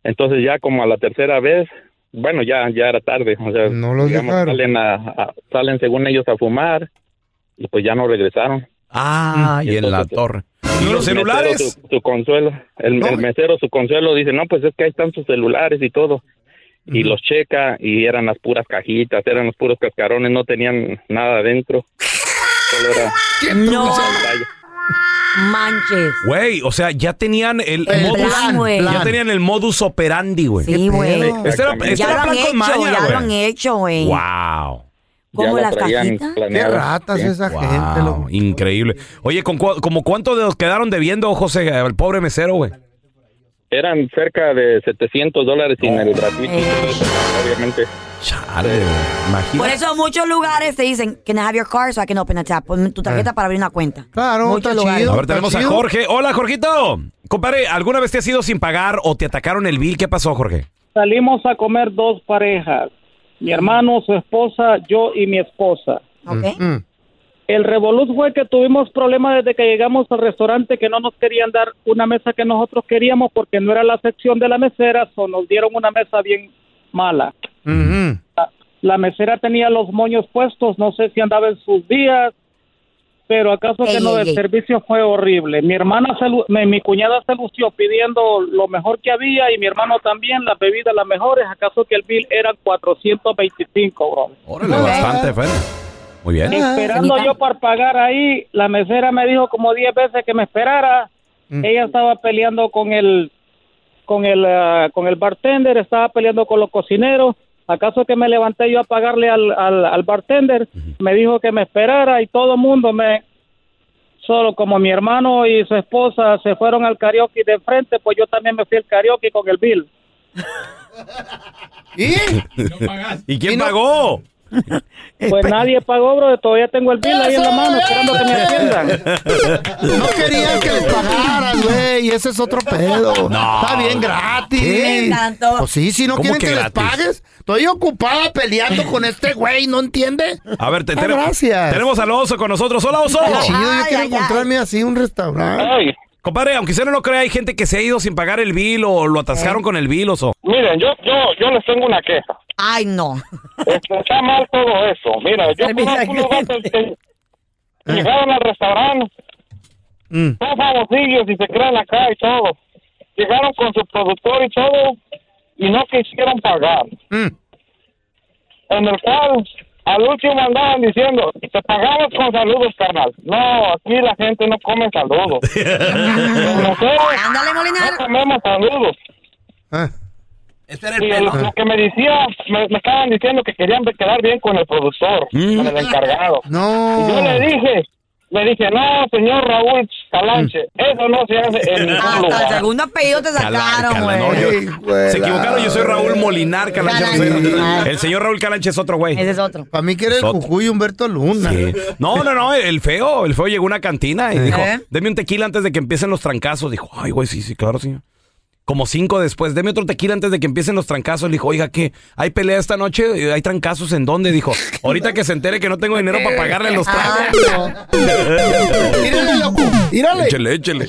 Q: Entonces ya como a la tercera vez, bueno, ya ya era tarde. O sea,
E: No los
Q: digamos,
E: dejaron.
Q: salen, a, a- salen según ellos a fumar y pues ya no regresaron.
D: Ah, y en la torre. ¿Y los celulares?
Q: Su, su consuelo. El, el mesero, su consuelo, dice, no, pues es que ahí están sus celulares y todo. Y los checa y eran las puras cajitas, eran los puros cascarones, no tenían nada adentro. Solo era
G: No
Q: pantalla.
G: manches.
D: Güey, o sea, ya tenían el,
G: El
D: modus,
G: plan, güey.
D: ya tenían el modus operandi, güey.
G: Sí, güey.
D: Este era, este
G: ya
D: era
G: lo han
D: plan
G: hecho,
D: con maña,
G: ya lo han
D: güey.
G: hecho, güey.
D: Wow.
G: ¿Cómo Ya la las traían cajitas? planeado. Qué ratas esa gente, loco.
D: Increíble. Oye, ¿con cua- como cuánto de quedaron debiendo, José, el pobre mesero, güey?
Q: Eran cerca de 700 dólares sin el gratuito, y todo eso, obviamente.
G: Por eso muchos lugares te dicen, can I have your card so I can open a tap? Pon tu tarjeta para abrir una cuenta.
E: Eh. Claro,
G: muchos
E: está
G: lugares.
D: A ver, tenemos a Jorge. Hola, Jorgito. Compadre, ¿alguna vez te has ido sin pagar o te atacaron el bill? ¿Qué pasó, Jorge?
S: Salimos a comer dos parejas, mi hermano, su esposa, yo y mi esposa. El revoluz fue que tuvimos problemas desde que llegamos al restaurante que no nos querían dar una mesa que nosotros queríamos porque no era la sección de la mesera, o nos dieron una mesa bien mala. La mesera tenía los moños puestos, no sé si andaba en sus días, pero acaso que
T: Ey,
S: no,
T: ey,
S: el
T: ey.
S: servicio fue horrible. Mi hermana, se lu- mi, mi cuñada se lució pidiendo lo mejor que había y mi hermano también, las bebidas las mejores, acaso que el bill era 425, bro.
D: Bastante, Fer. Muy bien.
S: Esperando yo para pagar ahí, la mesera me dijo como 10 veces que me esperara.
D: Mm.
S: Ella estaba peleando con el con el ah, con el bartender, estaba peleando con los cocineros. ¿Acaso que me levanté yo a pagarle al, al, al bartender? Me dijo que me esperara y todo el mundo me solo como mi hermano y su esposa se fueron al karaoke de enfrente, pues yo también me fui al karaoke con el bill.
E: ¿Y?
D: ¿Y quién pagó?
S: Pues nadie pagó, bro. Todavía tengo el bill ahí en la mano esperando que me atiendan.
E: No querían que les pagaras, güey. Ese es otro pedo.
D: No.
E: Está bien gratis.
D: ¿Qué?
E: Pues sí, si no
D: ¿Cómo
E: quieren
D: que
E: que, les
D: gratis?
E: pagues. Estoy ocupada peleando con este güey, ¿no entiende?
D: A ver, te,
E: Ah,
D: tenemos-
E: gracias.
D: tenemos al oso con nosotros. Hola, oso.
E: Qué chido, yo quiero encontrarme así un restaurante.
D: Compadre, aunque usted no lo crea, hay gente que se ha ido sin pagar el bill o lo atascaron con el bill, oso.
N: Miren, yo, yo, yo les tengo una queja.
G: Ay, no.
N: Está mal todo eso. Mira, yo conozco unos vatos que llegaron al restaurante, son famosillos y se crean acá y todo. llegaron con su productor y todo y no quisieron pagar.
D: Mm.
N: En el cual al último andaban diciendo, te pagamos con saludos, carnal. No, aquí la gente no come saludos. Los meseros no comemos saludos. Y lo, lo que me decía, me, me estaban diciendo que querían be- quedar bien con el productor,
D: Mm.
N: con el encargado. Y yo le dije, le dije, no, señor Raúl Calanche,
D: Mm.
N: eso no se hace en ningún
G: Hasta el
N: lugar.
G: segundo apellido te sacaron,
D: Cala- no, yo-
G: güey.
D: se equivocaron, yo soy Raúl Molinar, Calanche. no soy-
E: Calanche.
D: el señor Raúl Calanche es otro güey.
G: Ese es otro.
E: Para mí que era el
D: Soto.
E: Cucuy Humberto Luna.
D: Sí. No, no, no, el feo, el feo llegó a una cantina y
E: ¿Eh?
D: dijo,
E: ¿Eh?
D: deme un tequila antes de que empiecen los trancazos. Dijo, ay, güey, sí, sí, claro, señor. Como cinco después, deme otro tequila antes de que empiecen los trancazos. Le dijo, oiga, ¿qué? ¿Hay pelea esta noche? ¿Hay trancazos en dónde? Dijo, ahorita que se entere que no tengo dinero para pagarle los
E: Ah,
D: tragos.
E: Mírale, loco. Mírale.
D: Échele, échele.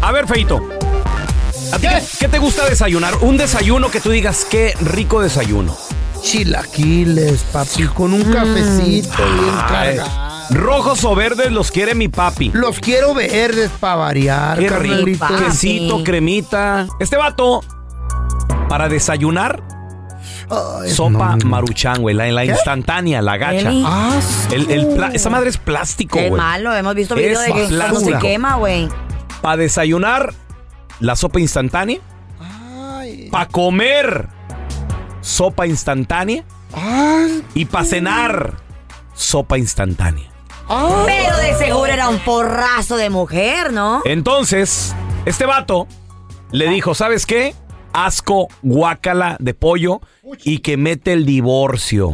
D: A ver, Feito. ¿a ti ¿Qué? qué te gusta desayunar? Un desayuno que tú digas, qué rico desayuno. Mm.
E: Chilaquiles, papi, con un cafecito bien
D: Ay,
E: cargado.
D: Rojos o verdes los quiere mi papi.
E: Los quiero verdes para variar,
D: Qué rico.
E: carnalito.
D: Quesito, cremita. Este vato, para desayunar, sopa maruchan, güey. La, la
G: ¿Qué?
D: instantánea, la gacha.
G: Eli.
D: El- el pla- esa madre es plástico,
G: Qué
D: güey.
G: malo, hemos visto videos de
D: Es
G: que cuando se
D: basura.
G: quema, güey.
D: Para desayunar, la sopa instantánea. Para comer, sopa instantánea. Y para cenar, sopa instantánea. Ah.
G: Pero de seguro era un porrazo de mujer, ¿no?
D: Entonces, este vato le dijo, ¿sabes qué? Asco, guácala de pollo y que mete el divorcio.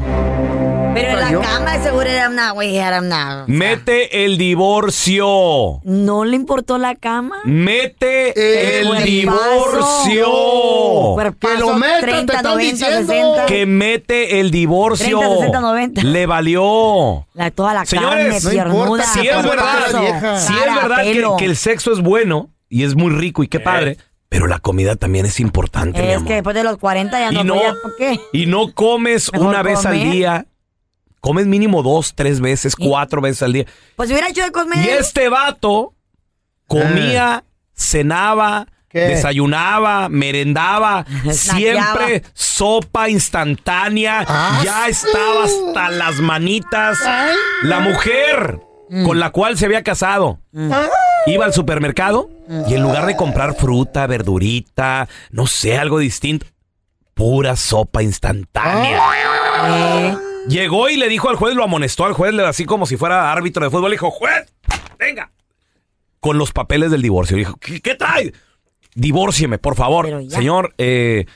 G: Pero en la cama de seguro era una, güey, era una...
D: Mete el divorcio.
G: ¿No le importó la cama?
D: Mete el
G: Cuerpazo.
D: divorcio.
G: Cuerpazo,
E: Que lo meta, te
G: 30,
E: están
G: 90,
E: diciendo.
G: 60.
D: Que mete el divorcio.
G: 30, 60, 90.
D: Le valió.
G: La, toda la
D: Señores,
G: carne,
D: no
G: piernuda,
D: importa, si es
G: cuerpazo,
D: verdad, si es
G: cara,
D: verdad que,
G: pelo.
D: que el sexo es bueno y es muy rico y qué padre, pero la comida también es importante, mi
G: Es
D: amor.
G: que después de los 40 ya
D: Y
G: no,
D: no-
G: podía, ¿por qué?
D: Y no comes
G: Mejor
D: una vez al
G: comer.
D: día. Comes mínimo dos, tres veces, cuatro veces al día.
G: Pues hubiera hecho de comer.
D: Y este vato comía, cenaba,
G: Eh.
D: desayunaba, merendaba,
G: Snackeaba.
D: siempre sopa instantánea. Ya estaba hasta las manitas. La mujer con la cual se había casado. Iba al supermercado y en lugar de comprar fruta, verdurita, no sé, algo distinto, pura sopa instantánea. Llegó y le dijo al juez, lo amonestó al juez, le- así como si fuera árbitro de fútbol, le dijo, juez, venga, con los papeles del divorcio. Le dijo, ¿qué, qué trae? Divórcieme, por favor. Señor, eh,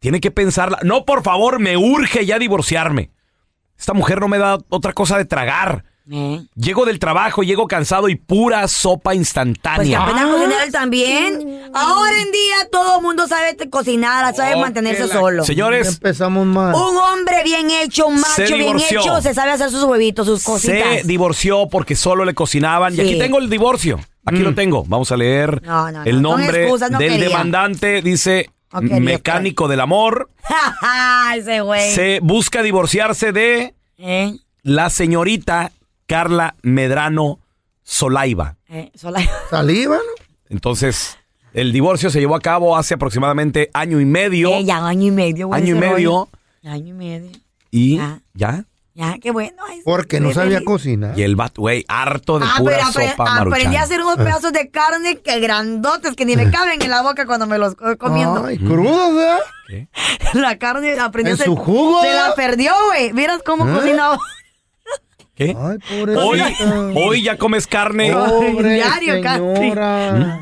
D: tiene que pensarla. No, por favor, me urge ya divorciarme. Esta mujer no me da otra cosa de tragar.
G: Eh.
D: Llego del trabajo, llego cansado y pura sopa
G: Pues que
D: instantánea.
G: aprenda a cocinar él también. Ahora en día todo el mundo sabe te- cocinar, sabe mantenerse solo.
D: Señores.
E: Empezamos mal.
G: Un hombre bien hecho, un
D: Se
G: macho bien
D: divorció.
G: hecho, se sabe hacer sus huevitos, sus
D: se
G: cositas.
D: divorció porque solo le cocinaban. Y
G: Sí.
D: aquí tengo el divorcio. Aquí lo tengo. Vamos a leer
G: No, no, no.
D: el
G: Son
D: nombre
G: excusas, no
D: del
G: quería.
D: demandante. Dice
G: No quería, pues. Eh.
D: mecánico del amor.
G: Ese güey.
D: Se busca divorciarse de
G: ¿Eh?
D: la señorita Carla Medrano Solaiva.
G: ¿Eh? Sola.
E: ¿Saliva?
D: Entonces, el divorcio se llevó a cabo hace aproximadamente año y medio.
G: Eh, ya año y medio, güey,
D: Año y
G: ese
D: medio.
G: rollo. Año y medio.
D: Y
G: Ah.
D: ya.
G: Ya, qué bueno. ay,
E: Porque no
G: qué
E: sabía
G: feliz.
E: cocinar.
D: Y el vato, güey, harto de
G: Ah,
D: pura
G: pero apre-
D: sopa maruchan.
G: aprendí a hacer
E: Eh.
G: unos pedazos de carne que grandotes que ni me caben en la boca cuando me los estoy comiendo.
E: Ay, crudo, ¿verdad?
G: La carne aprendió
E: ¿En su jugo?
G: Se la perdió, güey. Miras cómo
D: ¿Eh?
G: cocinaba.
D: Ah. ¿Qué? hoy,
E: pobrecita.
D: hoy ya comes carne.
E: Pobre
G: Diario,
D: ¿Mm?
E: señora.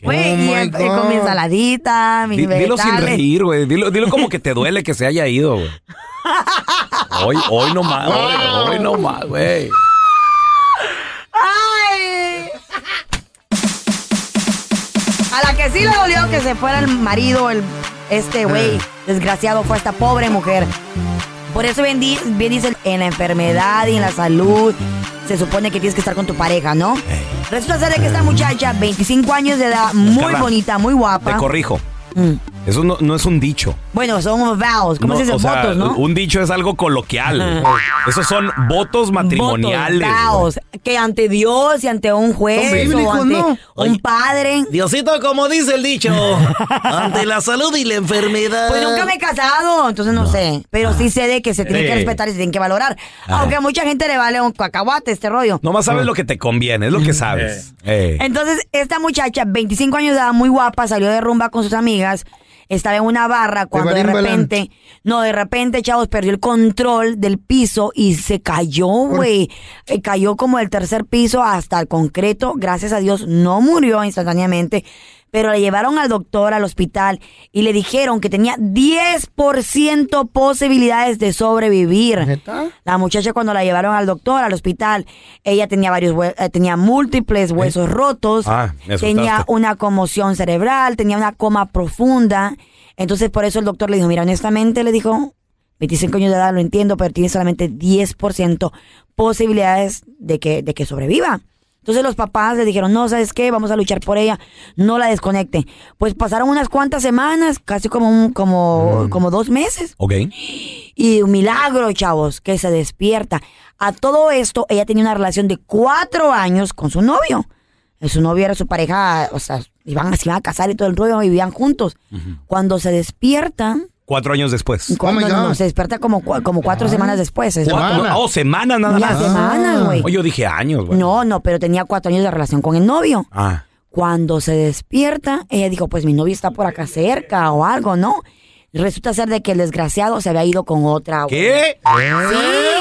G: Güey,
D: Oh
G: y,
D: my
G: em- y
D: God.
G: con mi ensaladita, mis
D: Di- dilo sin
G: vegetales.
D: reír, güey. Dilo, dilo como que te duele que se haya ido, güey. Hoy, hoy no más, hoy, hoy no más, güey.
G: ¡Ay! A la que sí le dolió que se fuera el marido, el, este
D: Eh.
G: güey desgraciado, fue esta pobre mujer. Por eso bien, di- bien dice, en la enfermedad y en la salud, se supone que tienes que estar con tu pareja, ¿no?
D: Eh.
G: Resulta ser de que esta muchacha, 25 años de edad, muy
D: Carla,
G: bonita, muy guapa. Mm.
D: Te corrijo. Eso no, no es un dicho.
G: Bueno, son vows. Pues, ¿Cómo
D: No,
G: se dice?
D: o sea,
G: votos, ¿no?
D: Un dicho es algo coloquial.
G: Ajá.
D: Esos son votos matrimoniales.
G: Votos, vows. Que ante Dios y ante un juez
D: Son bíblicos,
G: o ante
D: ¿no?
G: un padre.
R: Diosito, como dice el dicho, ante la salud y la enfermedad.
G: Pues nunca me he casado, entonces no, sé. Pero sí sé de que se tienen
D: Eh.
G: que respetar y se tienen que valorar.
D: Ajá.
G: Aunque a mucha gente le vale un cacahuate este rollo.
D: Nomás
R: Mm.
D: sabes lo que te conviene, es lo que sabes. Eh.
G: Entonces, esta muchacha, 25 años de edad, muy guapa, salió de rumba con sus amigas. Estaba en una barra cuando de
E: Barimbalan.
G: repente, no, de repente, chavos, perdió el control del piso y se cayó, güey. Eh, Cayó como del tercer piso hasta el concreto. Gracias a Dios no murió instantáneamente, pero la llevaron al doctor, al hospital, y le dijeron que tenía 10% posibilidades de sobrevivir. La muchacha cuando la llevaron al doctor, al hospital, ella tenía varios hue- eh, tenía múltiples huesos rotos,
D: Ah, me asustaste.
G: tenía una conmoción cerebral, tenía una coma profunda. Entonces por eso el doctor le dijo, mira, honestamente le dijo, 25 años de edad, lo entiendo, pero tiene solamente 10% posibilidades de que, de que sobreviva. Entonces los papás le dijeron, no, ¿sabes qué? Vamos a luchar por ella, no la desconecten. Pues pasaron unas cuantas semanas, casi como, un- como, como dos meses.
D: Ok.
G: Y un milagro, chavos, que se despierta. A todo esto, ella tenía una relación de cuatro años con su novio. Eh, Su novio era su pareja, o sea, iban, se iban a casar y todo el rollo, vivían juntos. Cuando se despierta,
D: Cuatro años después.
R: Oh
G: cuando, no, no, se despierta como, cua- como cuatro semanas después. se despierta.
D: Cuatro- Oh, semanas nada
G: Una
D: más.
R: Ah.
G: semana, güey.
D: Oh, yo dije años, güey.
G: No, no, pero tenía cuatro años de relación con el novio.
D: Ah.
G: Cuando se despierta, ella dijo, pues mi novio está por acá cerca o algo, ¿no? Resulta ser de que el desgraciado se había ido con otra. güey.
D: ¿Qué?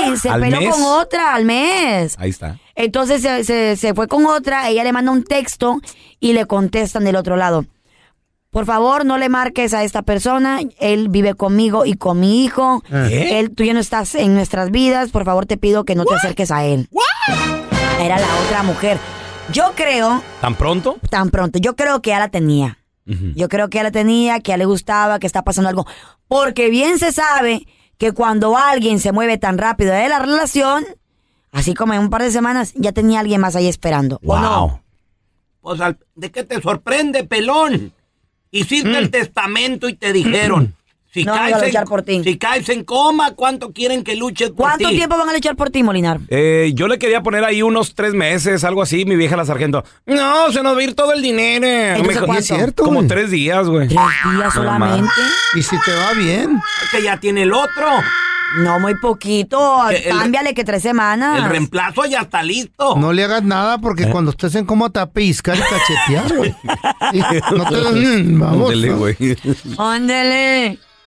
G: Sí, se
D: ¿Al
G: peleó
D: mes?
G: con otra al mes.
D: Ahí está.
G: Entonces se, se- se fue con otra, ella le manda un texto y le contestan del otro lado. Por favor, no le marques a esta persona, él vive conmigo y con mi hijo.
H: ¿Eh?
G: Él, tú ya no estás en nuestras vidas, por favor te pido que no te acerques a él. Era la otra mujer. Yo creo,
D: ¿Tan pronto?
G: tan pronto, yo creo que ya la tenía. Yo creo que ya la tenía, que ya le gustaba, que está pasando algo. Porque bien se sabe que cuando alguien se mueve tan rápido de la relación, así como en un par de semanas, ya tenía alguien más ahí esperando. ¿O no?
R: Pues, al- ¿de qué te sorprende, pelón? Hiciste el testamento y te dijeron. Si,
G: Mm. No,
R: caes
G: iba a
R: en,
G: luchar
R: si caes en coma, ¿cuánto quieren que luches por
G: ¿Cuánto
R: ti?
G: tiempo van a luchar por ti, Molinar?
D: Eh, yo le quería poner ahí unos tres meses, algo así, mi vieja la sargento. No, se nos va a ir todo el dinero.
R: Entonces,
D: Me dijo,
R: ¿cuánto?
D: "Es cierto, Como tres días, güey. Tres
G: días solamente.
E: ¿Y si te va bien?
R: Que ya tiene el otro.
G: No, muy poquito.
R: Que el-
G: Cámbiale que tres
R: El
G: semanas.
R: reemplazo ya está listo.
E: No le hagas nada porque
D: ¿Eh?
E: cuando estés en coma te va a pellizcar y cachetear, güey. Y No te... mm, Vamos.
H: Ándele,
E: ¿no?
H: güey.
G: ¡Ándele!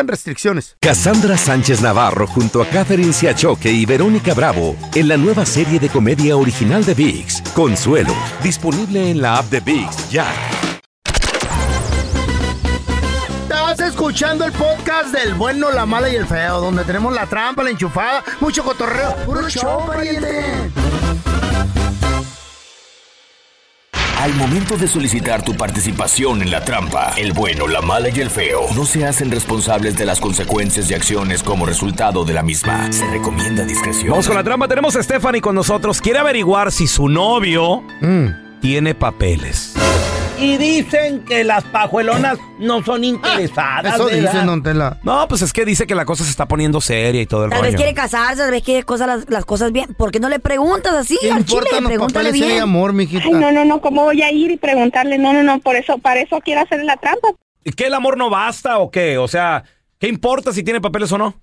E: restricciones.
U: Cassandra Sánchez Navarro junto a Catherine Siachoque y Verónica Bravo en la nueva serie de comedia original de VIX, Consuelo, disponible en la app de VIX ya.
E: Estás escuchando el podcast del bueno, la mala y el feo, donde tenemos la trampa, la enchufada, mucho cotorreo. ¡Puro show, pariente!
C: Al momento de solicitar tu participación en la trampa, el bueno, la mala y el feo no se hacen responsables de las consecuencias y acciones como resultado de la misma. Se recomienda discreción.
D: Vamos con la trampa. Tenemos a Stephanie con nosotros. Quiere averiguar si su novio tiene papeles.
R: Y dicen que las pajuelonas no
E: Ah,
R: son interesadas. ¿verdad?
E: Tela.
D: No, pues es que dice que la cosa se está poniendo seria y todo el
G: Tal vez
D: rollo.
G: quiere casarse, tal vez quiere cosas, las, las cosas bien. ¿Por qué no le preguntas así al chile?
E: importan los
G: Pregúntale
E: papeles si hay
G: bien.
E: amor, mijita?
A: Ay, no, no, no, ¿cómo voy a ir y preguntarle? No, no, no, por eso, para eso quiero hacer la trampa.
D: ¿Y ¿Que el amor no basta o qué? O sea, ¿qué importa si tiene papeles o no?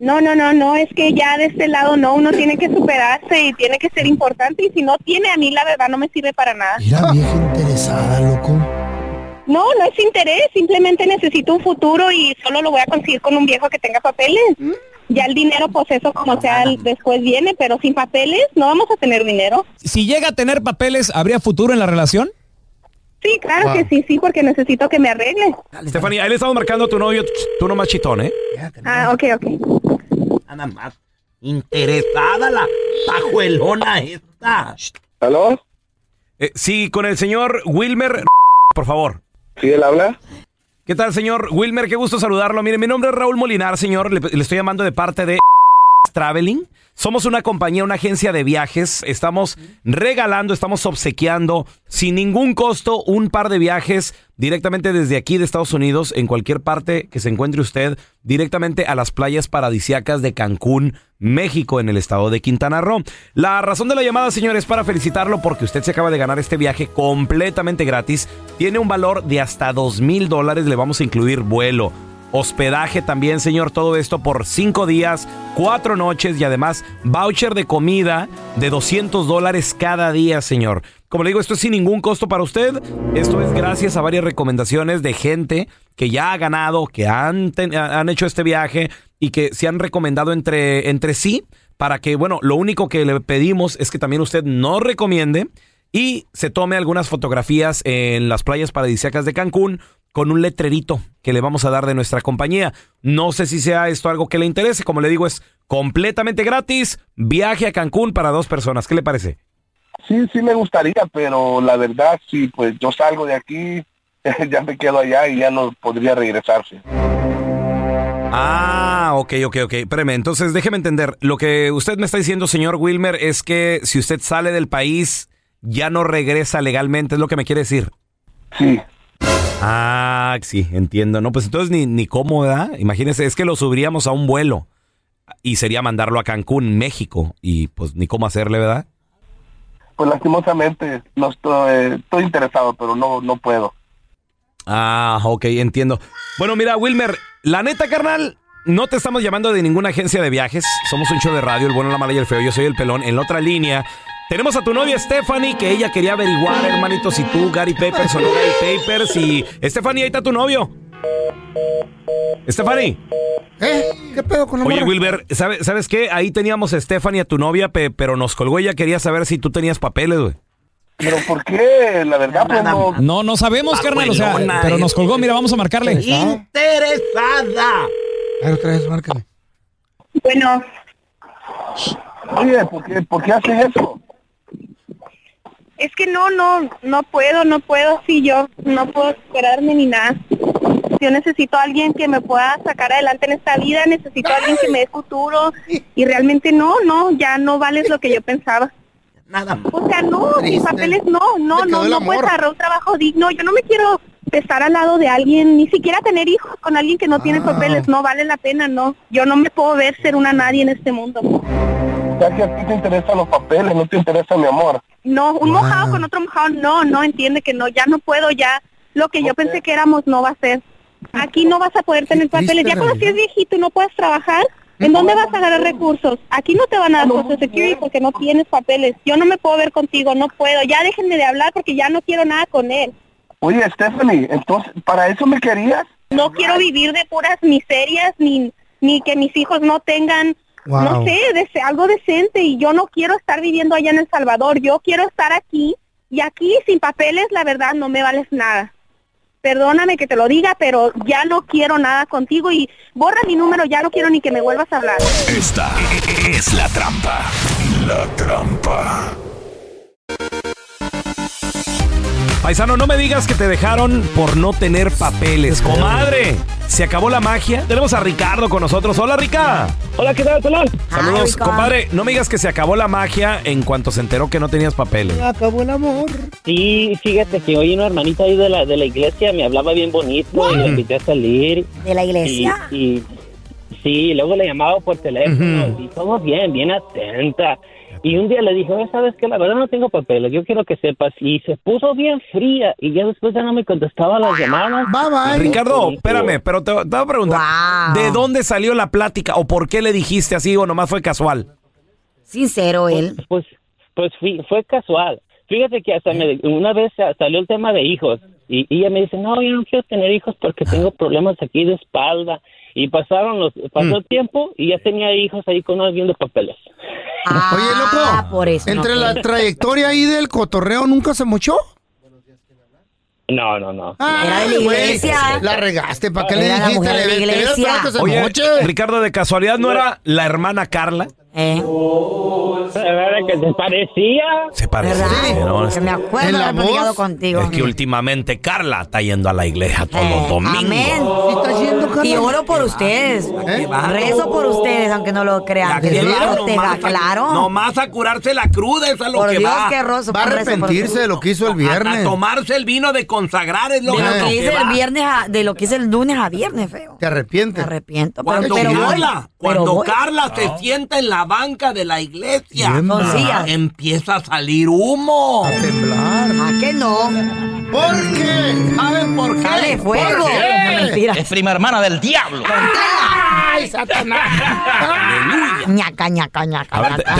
A: No, no, no, no, es que ya de este lado no, uno tiene que superarse y tiene que ser importante y si no tiene a mí la verdad no me sirve para nada.
E: Mira, vieja interesada, loco.
A: No, no es interés, simplemente necesito un futuro y solo lo voy a conseguir con un viejo que tenga papeles. Ya el dinero, pues eso como sea, el- después viene, pero sin papeles no vamos a tener dinero.
T: Si llega a tener papeles, ¿habría futuro en la relación?
A: Sí, claro
D: Wow.
A: que sí, sí, porque necesito que me arregle.
D: Stephanie, ahí le estamos marcando a tu novio, tú nomás chitón, ¿eh?
A: Ah, ok, ok.
R: Nada más. Interesada la pajuelona esta.
D: ¿Aló? Eh, sí, con el señor Wilmer, por favor.
M: ¿Sí, él habla?
D: ¿Qué tal, señor Wilmer? Qué gusto saludarlo. Mire, mi nombre es Raúl Molinar, señor. Le, le estoy llamando de parte de Traveling. Somos una compañía, una agencia de viajes. Estamos regalando, estamos obsequiando sin ningún costo un par de viajes directamente desde aquí de Estados Unidos, en cualquier parte que se encuentre usted, directamente a las playas paradisiacas de Cancún, México, en el estado de Quintana Roo. La razón de la llamada, señor, es para felicitarlo porque usted se acaba de ganar este viaje completamente gratis. Tiene un valor de hasta dos mil dólares. Le vamos a incluir vuelo hospedaje también, señor, todo esto por cinco días, cuatro noches y además voucher de comida de 200 dólares cada día, señor. Como le digo, esto es sin ningún costo para usted. Esto es gracias a varias recomendaciones de gente que ya ha ganado, que han, ten- han hecho este viaje y que se han recomendado entre, entre sí para que, bueno, lo único que le pedimos es que también usted nos recomiende y se tome algunas fotografías en las playas paradisíacas de Cancún con un letrerito que le vamos a dar de nuestra compañía. No sé si sea esto algo que le interese, como le digo, es completamente gratis, viaje a Cancún para dos personas. ¿Qué le parece?
M: Sí, sí me gustaría, pero la verdad, sí, pues yo salgo de aquí, ya me quedo allá y ya no podría regresarse.
D: Ah, ok, ok, ok. Espérame, entonces déjeme entender. Lo que usted me está diciendo, señor Wilmer, es que si usted sale del país, ya no regresa legalmente, es lo que me quiere decir.
M: Sí.
D: Ah, sí, entiendo. No, pues entonces ni, ni cómo, ¿verdad? Imagínese, es que lo subiríamos a un vuelo y sería mandarlo a Cancún, México, y pues ni cómo hacerle, ¿verdad?
M: Pues lastimosamente, no estoy, eh, estoy interesado, pero no, no puedo.
D: Ah, ok, entiendo. Bueno, mira, Wilmer, la neta, carnal, no te estamos llamando de ninguna agencia de viajes. Somos un show de radio, el bueno, la mala y el feo. Yo soy el pelón. En la otra línea, tenemos a tu novia Stephanie, que ella quería averiguar, hermanito, si tú, Gary Papers o no Gary Papers. Y Stephanie, ahí está tu novio. Stephanie.
E: ¿Eh? ¿Qué pedo con la
D: Oye,
E: morra?
D: Wilber, ¿sabe- ¿sabes qué? Ahí teníamos a Stephanie, a tu novia, pe- pero nos colgó. Ella quería saber si tú tenías papeles, güey.
M: Pero ¿por qué? La verdad, pues no...
B: No, no sabemos, carnal, o sea,
M: Pajuelona,
B: pero
M: eh.
B: nos colgó, mira, vamos a marcarle.
R: Interesada.
E: A ver, otra vez, márcame.
A: Bueno,
M: Oye, ¿por qué, por qué haces eso?
A: es que no, no, no puedo, no puedo, sí, yo no puedo esperarme ni nada. Yo necesito a alguien que me pueda sacar adelante en esta vida, necesito a alguien que me dé futuro y realmente no, no, ya no vales lo que yo pensaba.
R: Nada
A: O sea, no, mis papeles no, no,
H: Le quedó
A: no,
H: el
A: no puedes
H: amor.
A: agarrar un trabajo digno. Yo no me quiero estar al lado de alguien, ni siquiera tener hijos con alguien que no tiene
H: Ah.
A: papeles, no vale la pena, no. Yo no me puedo ver ser una nadie en este mundo.
M: Ya que a ti te interesan los papeles, no te interesa mi amor.
A: No, un mojado con otro mojado, no, no, entiende que no, ya no puedo, ya lo que yo pensé que éramos no va a ser. Aquí no vas a poder tener papeles, ya cuando si es viejito y no puedes trabajar, ¿en dónde vas a ganar recursos? Aquí no te van a dar Social Security porque no tienes papeles, yo no me puedo ver contigo, no puedo, ya déjenme de hablar porque ya no quiero nada con él.
M: Oye, Stephanie, entonces, ¿para eso me querías?
A: No quiero vivir de puras miserias, ni, ni que mis hijos no tengan,
M: Wow.
A: no sé, dese- algo decente. Y yo no quiero estar viviendo allá en El Salvador. Yo quiero estar aquí. Y aquí, sin papeles, la verdad, no me vales nada. Perdóname que te lo diga, pero ya no quiero nada contigo. Y borra mi número, ya no quiero ni que me vuelvas a hablar.
C: Esta es la trampa. La trampa.
D: Paisano, no me digas que te dejaron por no tener papeles. Comadre, se acabó la magia. Tenemos a Ricardo con nosotros. Hola, Rica.
P: Ah,
T: Hola, ¿qué tal, Pelón?
D: Saludos,
T: Rica.
D: compadre. No me digas que se acabó la magia en cuanto se enteró que no tenías papeles.
T: Ah, acabó el amor. Sí, fíjate que hoy una hermanita ahí de la, de la iglesia me hablaba bien bonito y la invité a salir.
G: ¿De la iglesia?
T: Y, y- sí, y luego le llamaba por teléfono y todo bien, bien atenta. Y un día le dije, oye, ¿sabes qué? La verdad no tengo papeles, yo quiero que sepas. Y se puso bien fría y ya después ya no me contestaba las llamadas.
D: Ricardo, espérame, pero te, te voy a preguntar, ¿de dónde salió la plática o por qué le dijiste así o nomás fue casual?
G: Sincero él.
T: Pues, pues fui- fue casual. Fíjate que hasta me- una vez sa- salió el tema de hijos y, y ella me dice, no, yo no quiero tener hijos porque tengo problemas aquí de espalda. Y pasaron los, pasó
G: Mm.
T: el tiempo y ya tenía hijos ahí con alguien de papeles.
E: Oye, loco,
G: Ah, por eso.
E: entre
T: no.
E: la trayectoria ahí del cotorreo, ¿nunca se mochó?
P: No, no, no.
G: Ah, Era de la
E: Ay, güey,
G: iglesia.
E: La regaste, ¿para qué
G: Era
E: le
G: la
E: dijiste?
G: mujer de
E: Le-
G: la
E: te hubieras
G: iglesia.
E: esperado que se
D: Oye,
E: moche.
D: Ricardo, ¿de casualidad no era la hermana Carla?
G: Eh.
P: ¿Verdad que se parecía?
D: Se parece. ¿no?
G: Que me acuerdo de haber platicado contigo.
D: Es que últimamente Carla está yendo a la iglesia todos los domingos.
G: Eh, Amén. Y oro por ustedes. Rezo por ustedes, aunque no lo crean. Que Dios los
V: Claro,
G: proteja,
V: nomás a-
G: claro.
V: Nomás a curarse la cruda, es a lo
G: Por
V: que
G: Dios,
V: va.
G: qué roso, Va a por eso, por arrepentirse eso.
E: de lo que hizo el
V: A,
E: viernes.
V: tomarse el vino de consagrar es lo,
G: De
V: a
G: lo
V: lo
G: que
V: que
G: hice
V: va.
G: el viernes a- de lo que hice el lunes a viernes, feo.
E: ¿Te arrepientes?
G: Me arrepiento. pero-
V: Cuando
G: pero voy,
V: Carla,
G: pero
V: cuando
G: voy.
V: Carla se sienta en la banca de la iglesia,
G: Bien, Con sillas.
V: empieza a salir humo. A
E: temblar.
G: ¿A qué no?
E: ¿Por qué?
V: ¿Saben por qué?
G: Sale
V: ¿Por
G: fuego.
V: qué?
G: Mentira.
W: Es prima hermana del diablo.
G: ¡Ay, Satanás! ¡Aleluya! ñaca, ñaca, ñaca, ñaca.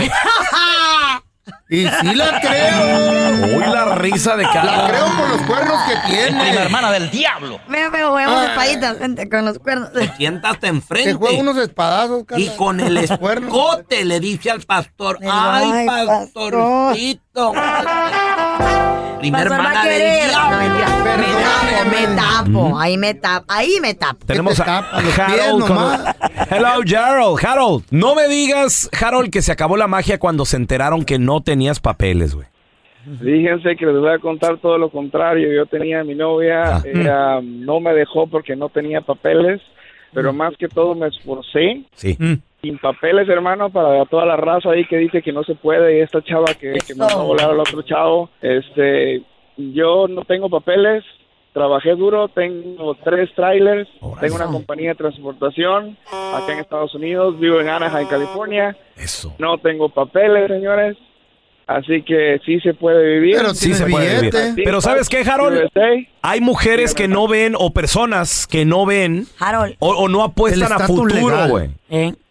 E: Y sí la creo.
D: Uy, la risa de Carla.
E: La creo por los cuernos que tiene.
W: Prima hermana del diablo.
G: Veo, veo, huevos de espaditas, vente, con los cuernos.
V: Siéntate
E: Te
V: enfrente.
E: juega unos espadazos, Carla.
V: Y con el escote le dice al pastor, ay,
E: Ay,
V: pastorcito. Primer
G: Pastor, va
V: hermana
G: a
V: del
G: querer.
V: diablo.
G: No, mentira. Me tapo, me tapo. Ahí me tapo. Ahí me tapo.
D: Tenemos a
E: los pies
D: Harold. con- Hello, Gerald. Harold, no me digas, Harold, que se acabó la magia cuando se enteraron que no tenías papeles, güey.
B: Fíjense que les voy a contar todo lo contrario. Yo tenía a mi novia, ella no me dejó porque no tenía papeles, pero más que todo me esforcé.
D: Sí.
B: Sin papeles, hermano, para toda la raza ahí que dice que no se puede y esta chava que, que me va a volar al otro chavo. Este, yo no tengo papeles, trabajé duro, tengo tres trailers, tengo una compañía de transportación acá en Estados Unidos, vivo en Anaheim, California.
D: Eso.
B: No tengo papeles, señores. Así que sí se puede vivir.
D: sí se puede vivir. Pero ¿sabes qué, Harold? Hay mujeres que no ven o personas que no ven o, o no
E: El
D: apuestan a
E: estatus
D: futuro,
E: legal.
D: güey.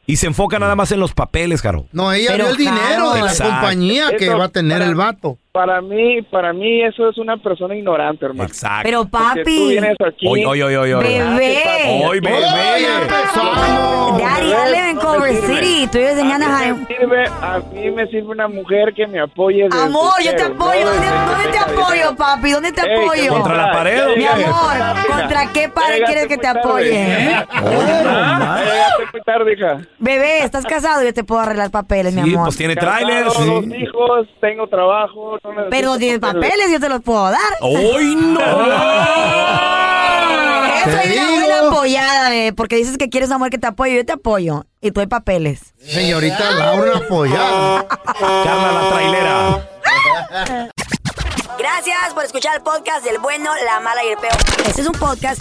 D: Y se enfocan nada más en los papeles, Harold.
E: No, ella
B: Pero,
E: vio el dinero de la
D: Exacto.
E: compañía que
B: Eso
E: va a tener
B: para-
E: el vato.
B: Para mí, para mí eso es una persona ignorante, hermano. Exacto.
G: Pero, papi.
D: Oye, oye, oye, oye.
G: Bebé.
D: Oye, bebé.
G: Daddy, I live in Culver City. Tú vives en Anaheim.
B: Sirve, a mí me sirve una mujer que me apoye. desde
G: Amor, yo te
B: cero,
G: apoyo.
B: no
G: ¿Dónde,
B: desde que
G: dónde te
B: tenga
G: apoyo,
B: dinero.
G: papi? ¿Dónde te
B: Ey,
G: apoyo?
B: ¿Contra la pared o
G: Mi
B: qué?
G: amor, ¿contra qué pared
B: Llegaste
G: quieres que te apoye?
B: ¿Eh? Ah, llegaste muy tarde, hija.
G: Bebé, estás casado, yo te puedo arreglar papeles, mi amor.
B: Casado, dos hijos, tengo trabajo. no necesito
G: Pero no tienes papeles, yo te los puedo dar.
D: ¡Uy, no!
G: Eso
E: Te
G: es una buena apoyada, bebé, porque dices que quieres una mujer que te apoye, yo te apoyo. Y tú hay papeles.
E: Señorita Laura apoyada.
D: Carla la trailera.
G: Gracias por escuchar el podcast del bueno, la mala y el peor. Este es un podcast